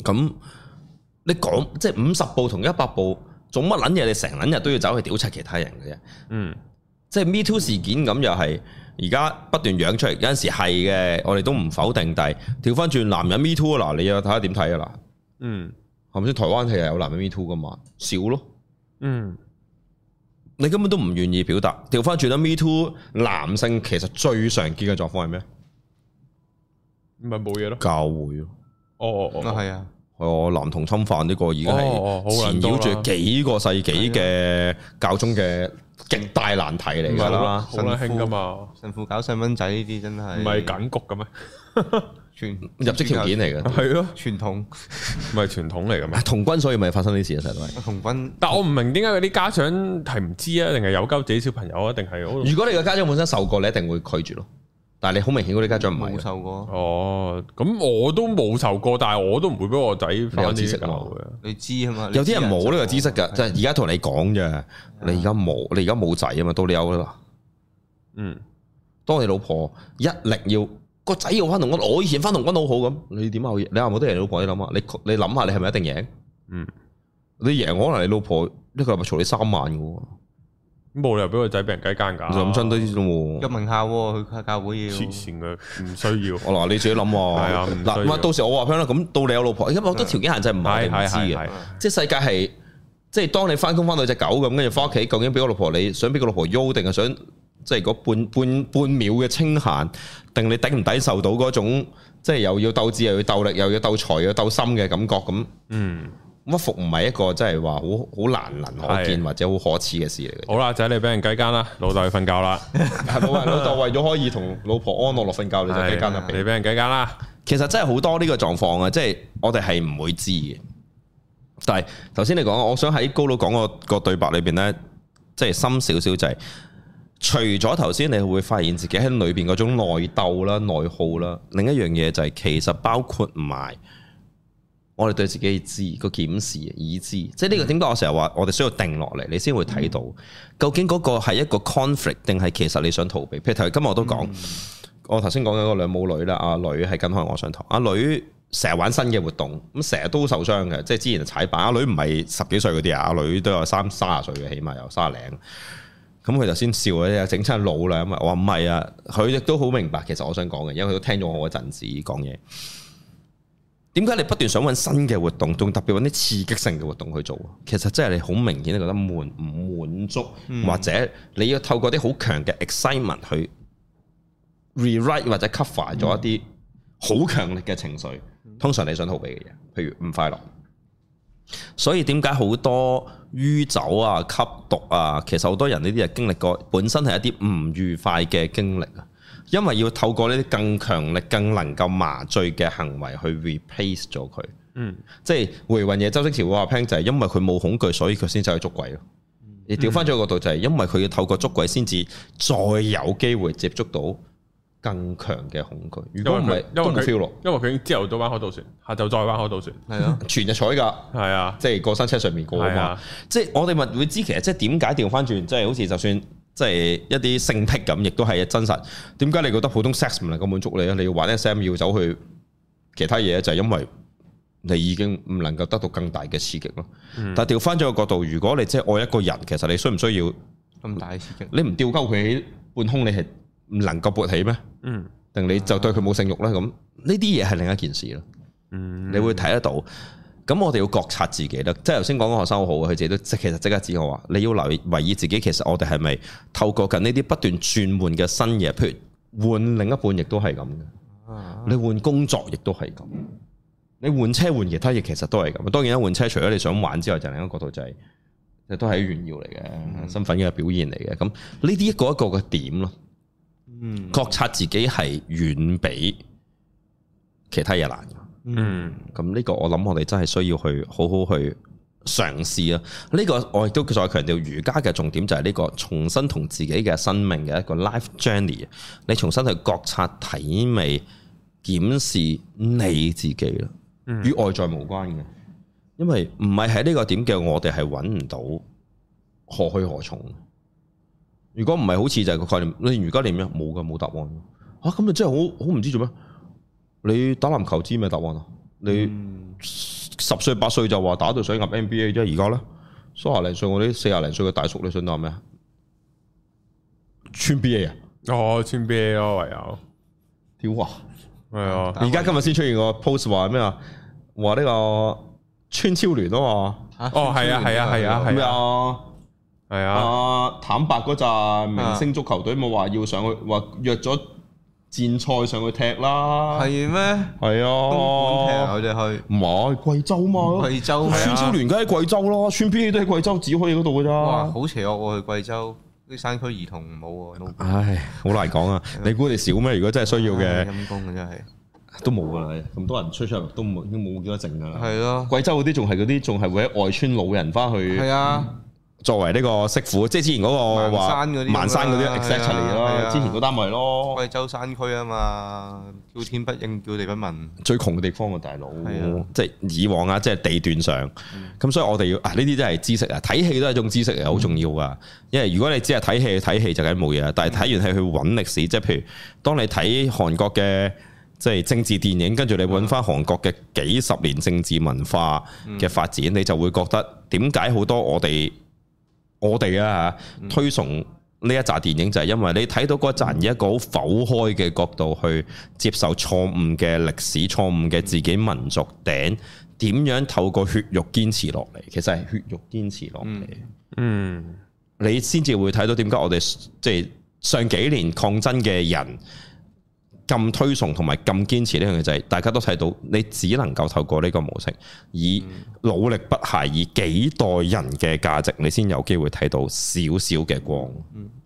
S3: 咁你講即係五十步同一百步，做乜撚嘢？你成撚日都要走去屌柒其他人嘅啫。
S1: 嗯，
S3: 即係 Me Too 事件咁又係而家不斷養出嚟，有陣時係嘅，我哋都唔否定。但係調翻轉男人 Me Too 啊嗱，你又睇下點睇啊
S1: 嗯，
S3: 嗱，係咪先？台灣係有男人 Me Too 噶嘛，少咯。
S1: 嗯，
S3: 你根本都唔願意表達。調翻轉啦，Me Too 男性其實最常見嘅狀況係咩？
S1: 咪冇嘢咯。
S3: 教會咯，
S1: 哦哦
S2: 啊
S1: 哦，
S2: 係啊，
S3: 係我男童侵犯呢個已經係
S1: 哦哦好
S3: 纏
S1: 撚多啦啊
S3: 繞住幾個世紀嘅教宗嘅極大難題嚟㗎啦。
S1: 好啦，興噶嘛，
S2: 神父搞細蚊仔呢啲真
S1: 唔
S2: 係
S1: 係緊局嘅咩？
S2: 傳
S1: 嗯
S3: 入職條件啊嚟嘅，
S1: 係咯，
S2: 傳統
S1: 咪傳統嚟嘅咩？
S3: 童軍所以咪發生呢事啊，成日都係。
S2: 童軍
S1: 但我唔明點解嗰啲家長係唔知啊，定係有鳩自己小朋友啊，定係我
S3: 如果你個家長本身受過，你一定會拒絕咯。但係你好明顯嗰啲家長唔係啊
S2: 冇
S3: 嘅，
S2: 受過，
S1: 哦，咁我都冇受過，但係我都唔會俾我仔翻
S3: 有
S1: 呢
S3: 知
S1: 啲
S3: 識啊
S1: 教
S3: 喎
S1: 嘅。
S2: 你知啊嘛？你
S3: 有啲人冇呢
S2: 就
S3: 個知識㗎，即係而家同你講啫。你而家冇，你而家冇仔啊嘛，到你有啦。
S1: 嗯，
S3: 當你老婆一力要個仔要翻同軍，我以前翻同軍好好咁，你點啊？你有冇得贏你老婆？你諗下，你你諗下，你係咪一定贏？
S1: 嗯，
S3: 你贏可能你老婆一個禮拜嘈你三萬嘅喎，
S1: 咁冇理由俾個仔俾人雞奸㗎。
S3: 你諗真啲啫
S2: 入
S3: 喎。
S2: 名校喎，佢教會要
S1: 黐線嘅，唔需要。
S3: 我話你自己諗
S1: 係啊唔
S3: 喎，
S1: 需要
S3: 嗱，到時我話俾你聽啦，咁到你有老婆，因為好多條件限制唔係
S1: 係
S3: 我哋
S1: 係
S3: 唔知
S1: 係
S3: 嘅，
S1: 係，
S3: 即係世界係即係當你翻工翻到只狗咁，跟住翻屋企，究竟俾我老婆你想俾個老婆喐，定係想即係嗰半半半秒嘅清閒，定你抵唔抵受到嗰種即係又要鬥智又要鬥力又要鬥財又要鬥心嘅感覺咁？
S1: 嗯，
S3: 屈服唔係一個即係話好好難能可見
S1: 係
S3: 或者好可恥嘅事嚟嘅。
S1: 好啦，仔你俾人雞奸啦，老豆去瞓覺啦，
S3: 係冇人老豆為咗可以同老婆安樂落瞓覺，你就雞奸入
S1: 係你
S3: 邊。
S1: 俾人雞奸啦。
S3: 其實真係好多呢個狀況啊，即係我哋係唔會知嘅。但係頭先你講，我想喺高佬講個個對白裏邊呢，即係深少少就係、除咗頭先你會發現自己喺裏邊嗰種內鬥啦、內耗啦，另一樣嘢就係其實包括埋我哋對自己嘅知個檢視、已知，即係呢個點解我成日話我哋需要定落嚟，你先會睇到究竟嗰個係一個 conflict 定係其實你想逃避。譬如頭今日我都講，我頭先講緊個兩母女啦，阿女係跟開我上堂，阿女成日玩新嘅活動，咁成日都受傷嘅，即係之前就踩板。阿女唔係十幾歲嗰啲啊，阿女都有三三十歲嘅，起碼有三零。咁佢就先笑咧，又整親老啦，咁啊，我話唔係啊，佢亦都好明白其實我想講嘅，因為佢都聽咗我嗰陣子講嘢。點解你不斷想揾新嘅活動，仲特別揾啲刺激性嘅活動去做？啊其實真係你好明顯，你覺得滿唔滿足，或者你要透過啲好強嘅 excitement 去 rewrite 或者 cover 咗一啲好強力嘅情緒。通常你想逃避嘅嘢，譬如唔快樂。所以點解好多酗酒啊、吸毒啊，其實好多人呢啲係經歷過本身係一啲唔愉快嘅經歷啊，因為要透過呢啲更強力、更能夠麻醉嘅行為去 replace 咗佢。
S1: 嗯，
S3: 即係回魂夜周星馳會話 Pan 就係因為佢冇恐懼，所以佢先走去捉鬼咯。你調翻咗個角度就係，因為佢要透過捉鬼先至再有機會接觸到更強嘅恐懼。如果唔係，
S1: 因為佢因
S3: 都冇
S1: 為佢
S3: feel 咯，
S1: 因為佢已經朝頭早玩海盜船，下晝再玩海盜船，
S2: 係咯，
S3: 全日彩㗎。
S1: 係啊，
S3: 即係過山車上面過啊
S1: 係
S3: 嘛
S1: 啊。
S3: 即係我哋咪會知其實即係點解調翻轉，即係好似就算即係一啲性癖咁，亦都係真實。點解你覺得普通 sex 唔能夠滿足你啊？你要玩 SM 要走去其他嘢，就係因為你已經唔能夠得到更大嘅刺激咯。但係調翻咗個角度，如果你即係愛一個人，其實你需唔需要？
S2: 咁大刺激，
S3: 你唔吊鳩佢喺半空，你係唔能夠勃起咩？
S1: 嗯
S3: 定你就對佢冇性慾咧？咁呢啲嘢係另一件事咯。
S1: 嗯，
S3: 你會睇得到。咁我哋要覺察自己啦，即係頭先講嗰個學生好好啊嘅，佢自己都即其實即刻知我話，你要留意留意自己，其實我哋係咪透過緊呢啲不斷轉換嘅新嘢，譬如換另一半亦都係咁嘅，
S2: 啊
S3: 你換工作亦都係咁，你換車換其他嘢其實都係咁。當然啦，換車除咗你想玩之外，就另一個角度就係、即係都係炫耀嚟嘅、身份嘅表現嚟嘅。咁呢啲一個一個嘅點咯，
S2: 嗯
S3: 覺察自己係遠比其他嘢難嘅。
S1: 嗯
S3: 咁呢個我諗我哋真係需要去好好去嘗試啊！呢、個我亦都再強調，瑜伽嘅重點就係呢、個重新同自己嘅生命嘅一個 life journey，你啊重新去覺察、體味、檢視你自己啦，與外在無關嘅，因為唔係喺呢個點嘅我哋係揾唔到何去何從。如果唔係好似就係個概念，你瑜伽練咩？冇噶，冇答案。啊，咁你真係好好唔知做咩？你打籃球知咩答案啊？你十歲八歲就話打到想入 NBA 啫，而家咧三廿零歲，我啲四廿零歲嘅大叔，你想打咩啊？穿 BA 啊？
S1: 哦，穿 BA 咯，唯有
S3: 屌啊！
S1: 係啊，
S2: 打
S3: 而家今日先出現個 post 話咩啊？話呢個穿超聯啊嘛，
S1: 哦係啊係啊係啊係
S3: 咩啊？
S1: 係啊，
S3: 啊，坦白嗰陣明星足球隊咪話要上去，話約咗戰賽上去踢啦，
S2: 係咩？
S3: 係
S1: 哦
S2: 東莞
S3: 啊，
S2: 踢啊佢哋去
S3: 唔係貴州嘛，
S2: 貴州
S3: 咁
S2: 係
S3: 哦孫
S2: 啊
S3: 超聯梗係貴州咯，孫 B 都喺貴州，只可以嗰度噶
S2: 哇，
S3: 咋。
S2: 好邪惡喎！去貴州啲山區兒童冇喎，老
S3: 唉，好難講啊！你估你少咩？如果真係需要
S2: 唉
S3: 嘅，
S2: 陰公嘅真係啊
S3: 都冇噶啦，咁多人出出入入都冇，已經冇幾多剩噶啦。
S2: 係咯，
S3: 貴州嗰啲仲係嗰啲，仲係會喺外村老人翻去
S2: 係啊，
S3: 作為呢個媳婦，即係之前嗰個
S2: 盲
S3: 話
S2: 山嗰啲
S3: 盲山嗰啲
S2: 係啊
S3: exactly
S2: 係
S3: 啦，
S2: 啊
S3: 之前嗰單咪咯，
S2: 貴州山區啊嘛，叫天不應，叫地不聞，
S3: 最窮嘅地方啊，大佬
S2: 係啊，嗯
S3: 即係以往啊，即係地段上，咁所以我哋要啊呢啲真係知識啊，睇戲都係一種知識嚟，好重要噶。因為如果你只係睇戲睇戲就梗係冇嘢啦，但
S2: 嗯
S3: 係睇完戲去揾歷史，即係譬如當你睇韓國嘅即係政治電影，跟住你揾翻韓國嘅幾十年政治文化嘅發展，你就會覺得點解好多我哋我哋啊嚇推崇呢一紮電影，就係因為你睇到嗰扎人以一個好剖開嘅角度去接受錯誤嘅歷史、錯誤嘅自己民族頂，點樣透過血肉堅持落嚟，其實係血肉堅持落嚟。
S1: 嗯
S3: 你先至會睇到點解我哋即係上幾年抗爭嘅人咁推崇同埋咁堅持呢樣嘢，就係大家都睇到，你只能夠透過呢個模式，以
S1: 嗯
S3: 努力不懈，以幾代人嘅價值，你先有機會睇到少少嘅光。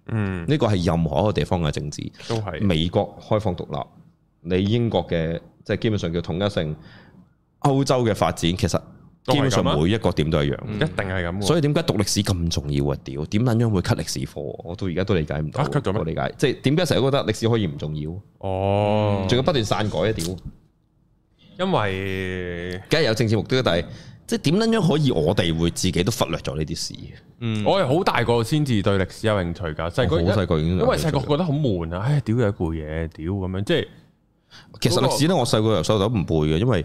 S1: 嗯
S3: 呢個係任何一個地方嘅政治，
S1: 都係，
S3: 美國開放獨立，你英國嘅即係基本上叫統一性，歐洲嘅發展其實
S1: 都係咁啊
S3: 基本上每一個點都一樣。
S1: 一定係咁喎。
S3: 嗯所以點解讀歷史咁重要啊？屌，點撚樣會 cut 歷史課？我到而家都理解唔到。
S1: 啊，cut 咗咩
S3: 我理解，即係點解成日都覺得歷史可以唔重要？
S1: 哦，
S3: 仲要不斷篡改啊！屌，
S1: 因為
S3: 梗係有政治目的，啊但係即係點撚樣可以我哋會自己都忽略咗呢啲事？
S2: 嗯，
S1: 我係好大個先至對歷史有興趣㗎，細個
S3: 我好細個已經
S1: 因
S3: 有
S1: 為
S3: 興趣
S1: 細個覺得好悶啊，唉，屌有一攰嘢，屌咁樣，即係
S3: 嗯其實歷史咧，我細個由細到大唔背嘅，因為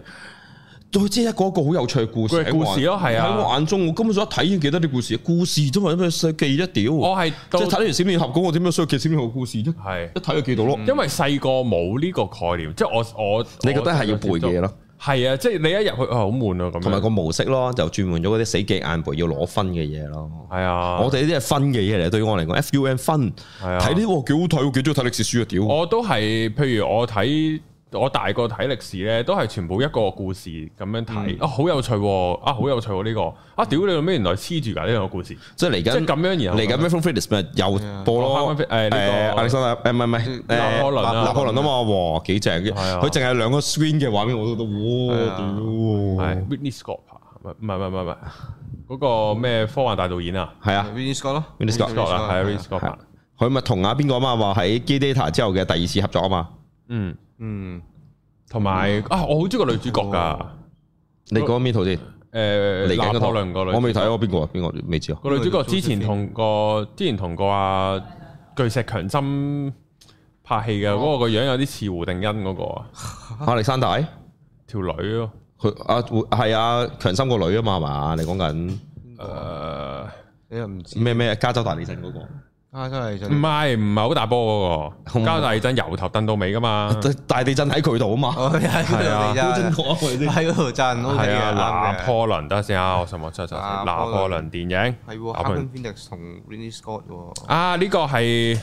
S3: 都知一個一個好有趣嘅故事。
S1: 佢係故事咯
S3: 喺我
S1: 係啊
S3: 喺我眼中，我根本上一睇已經記得啲故事，故事啫嘛，咩記一屌。
S1: 我係
S3: 即
S1: 哦到
S3: 係睇完《閃電俠》咁，我點樣需要記《閃電俠》嘅故事啫？
S1: 係
S3: 一睇就記到咯。
S1: 因為細個冇呢個概念，即係我我
S3: 嗯你覺得係要背嘢
S1: 咯？
S3: 咯？嗯
S1: 係啊，即係你一入去啊，好悶啊咁樣。
S3: 同埋個模式咯，就轉換咗嗰啲死記硬背要攞分嘅嘢咯。
S1: 係啊，
S3: 我哋呢啲係分嘅嘢嚟，對於我嚟講，FUN 分
S1: 係啊哦
S3: 睇呢個幾好睇，我幾中意睇歷史書啊！屌，
S1: 我都係，譬如我睇我大個睇歷史咧，都係全部一個故事咁樣睇、
S3: 嗯
S1: 啊，好有趣喎！啊，好有趣喎呢、個啊，屌你老味，原來黐住㗎呢兩個故事，
S3: 即係嚟
S1: 即係
S3: 緊
S1: 咁樣然後
S3: 嚟緊 m a t h e f r e d i s 咪又播咯
S1: 哦，Matthew- 誒呢
S3: 誒
S1: 個
S3: 亞歷山大誒唔係唔啊係
S1: 拿破崙啊
S3: 誒拿破崙啊嘛，哇幾正！
S1: 啊
S3: 佢淨係兩個 screen 嘅畫面我都覺得，哇
S2: 啊
S3: 屌！
S1: 係 Whitney Scott 啊唔係唔係唔係唔係嗰個咩科幻大導演啊
S3: 係啊，
S2: Vinny Scott 咯
S3: Ridley Scott
S1: ，Scott 啦，係 r i s c o
S3: 係啊
S1: t
S3: 佢咪同阿邊個啊嘛話喺 G Data 之後嘅第二次合作啊嘛，
S1: 嗯，
S2: 嗯，
S1: 同
S3: 嗯
S1: 埋啊，我好中意個女主角
S3: 哦
S1: 㗎，
S3: 你講邊套先？嚟
S1: 誒，拿
S3: 緊嗰
S1: 破崙個
S3: 套，
S1: 女，
S3: 我未睇過邊個啊，邊個未知啊？
S1: 個女主角之前同個之前同個啊巨石強森拍戲
S3: 哦
S1: 嘅嗰個個樣有啲似胡定欣嗰個啊，
S3: 亞歷山大
S1: 條女咯，
S3: 佢啊係啊強森個女啊嘛係嘛？你講緊
S1: 誒
S3: 啊
S2: 你又唔知
S3: 咩咩加州大地震嗰個
S2: 啊？真係
S1: 唔
S2: 真係
S1: 係唔係好大波
S3: 好
S1: 嗰
S3: 唔
S1: 個，
S3: 好啊
S1: 交大真由頭蹬到尾㗎嘛，
S3: 大地震喺佢度啊嘛，
S2: 嗯哦，
S1: 係啊
S2: 係
S3: 真講佢先。
S2: 喺嗰度震，O K
S1: 係啊，
S2: 嘅，
S1: 拿
S2: 啱嘅。
S1: 破崙得先啊，我上網出一出先，
S2: 拿
S1: 拿
S2: 破
S1: 破
S2: 崙
S1: 崙電影
S2: 係喎
S1: 拿破崙
S2: h Phoenix 同 Ridley Scott 喎。
S1: 啊，呢個係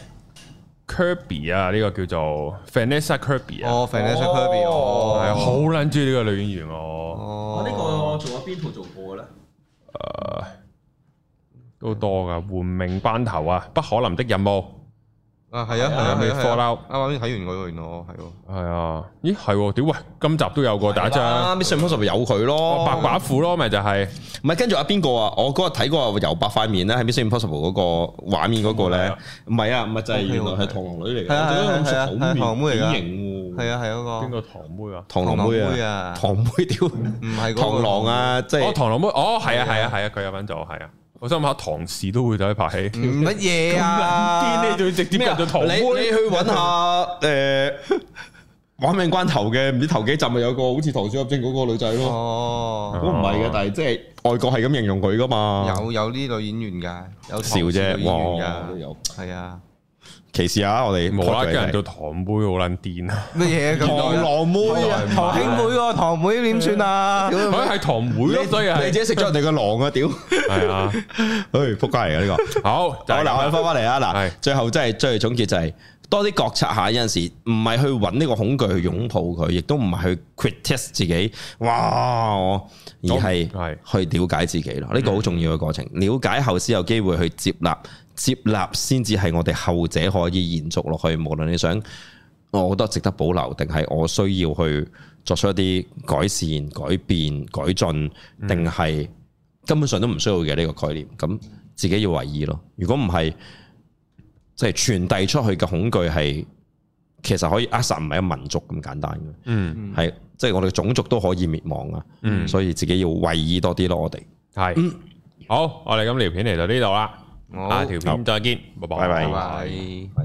S1: Kirby 啊，呢個叫做 Vanessa Kirby 啊，
S2: 哦，Vanessa Kirby，
S3: 哦
S1: 係啊
S2: 哦，
S1: 好撚中意呢個女演員我，
S2: 哦，
S3: 仲有邊套做過嘅咧？
S1: 都多噶，換命班頭啊，不可能的任務，
S2: 啊，係啊，係啊，
S1: 未
S2: 係啊
S1: Fallout
S2: 啱啱睇完嗰個，原來我係喎。
S1: 係啊，咦係喎，屌喂，今集都有個第一
S3: 啊
S1: 張，
S3: ，Miss Impossible 有佢
S2: 哦
S3: 咯，
S1: 白寡婦咯，咪就係
S3: 唔係跟住阿邊個啊？我嗰日睇過有白塊面咧，喺 Miss Impossible 嗰個畫面嗰個
S1: 係
S3: 咧
S1: 啊，
S3: 唔係啊，唔係就係原來係螳螂女嚟嘅，
S2: 哦係啊
S3: 我覺
S2: 係啊係啊係
S3: 得
S2: 啊螳螂妹嚟㗎
S3: 好型喎，
S2: 係啊，係嗰個
S1: 邊個堂妹啊？
S3: 螳螂
S2: 螳螂
S3: 妹
S2: 妹
S3: 啊
S2: 啊，
S3: 螳螂妹屌，
S2: 唔係嗰個
S3: 螳螂啊，即
S1: 哦，
S3: 係
S1: 螳螂妹，哦係啊係啊係啊，佢有份做係啊，我心諗下唐氏都會走去拍戲，
S2: 唔乜嘢啊？
S1: 癲你仲要直接入
S3: 咩啊？
S1: 咗堂
S3: 你你
S1: 妹，
S3: 去 揾下誒玩命關頭嘅，唔知頭幾集咪有個好似唐小入精嗰個女仔咯，
S2: 哦，
S3: 都唔係嘅，但係即係外國係咁形容佢噶嘛，
S2: 有有呢類演員㗎，有
S3: 笑哦啫，哇，
S2: 㗎，
S3: 有
S2: 係啊，
S3: 歧視啊！我哋
S1: 無啦啦叫人做堂妹好撚癲啊！
S2: 乜嘢咁
S3: 螳
S2: 多？
S3: 螂妹啊！
S2: 堂兄妹喎，堂妹點算啊？
S1: 佢係堂妹咯，所以
S3: 你自
S1: 係
S3: 己食咗人哋個 狼啊！屌，
S1: 係啊，
S3: 唉，仆街嚟嘅呢個。
S1: 好就係咁
S3: 好嗱，我
S1: 啦
S3: 哋翻翻嚟啊！
S1: 係
S3: 嗱，最後真係最總結就係多啲覺察下，有陣時唔係去揾呢個恐懼去擁抱佢，亦都唔係去 critique 自己，哇！我而係
S1: 係
S3: 去了解自己咯。呢個好重要嘅過程，了解後先有機會去接納，接納先至係我哋後者可以延續落去。無論你想，我覺得值得保留，定係我需要去作出一啲改善、改變、改進，定係根本上都唔需要嘅呢個概念。咁自己要為意咯。如果唔係，即係傳遞出去嘅恐懼係其實可以扼殺唔係一個民族咁簡單嘅。
S1: 嗯
S3: 係即係我哋種族都可以滅亡啊，
S1: 嗯
S3: 所以自己要為意多啲咯，我哋。
S1: 係好，我哋咁聊片嚟到呢度啦，
S2: 好
S1: 下條片再見，拜
S3: 拜拜
S2: 拜拜。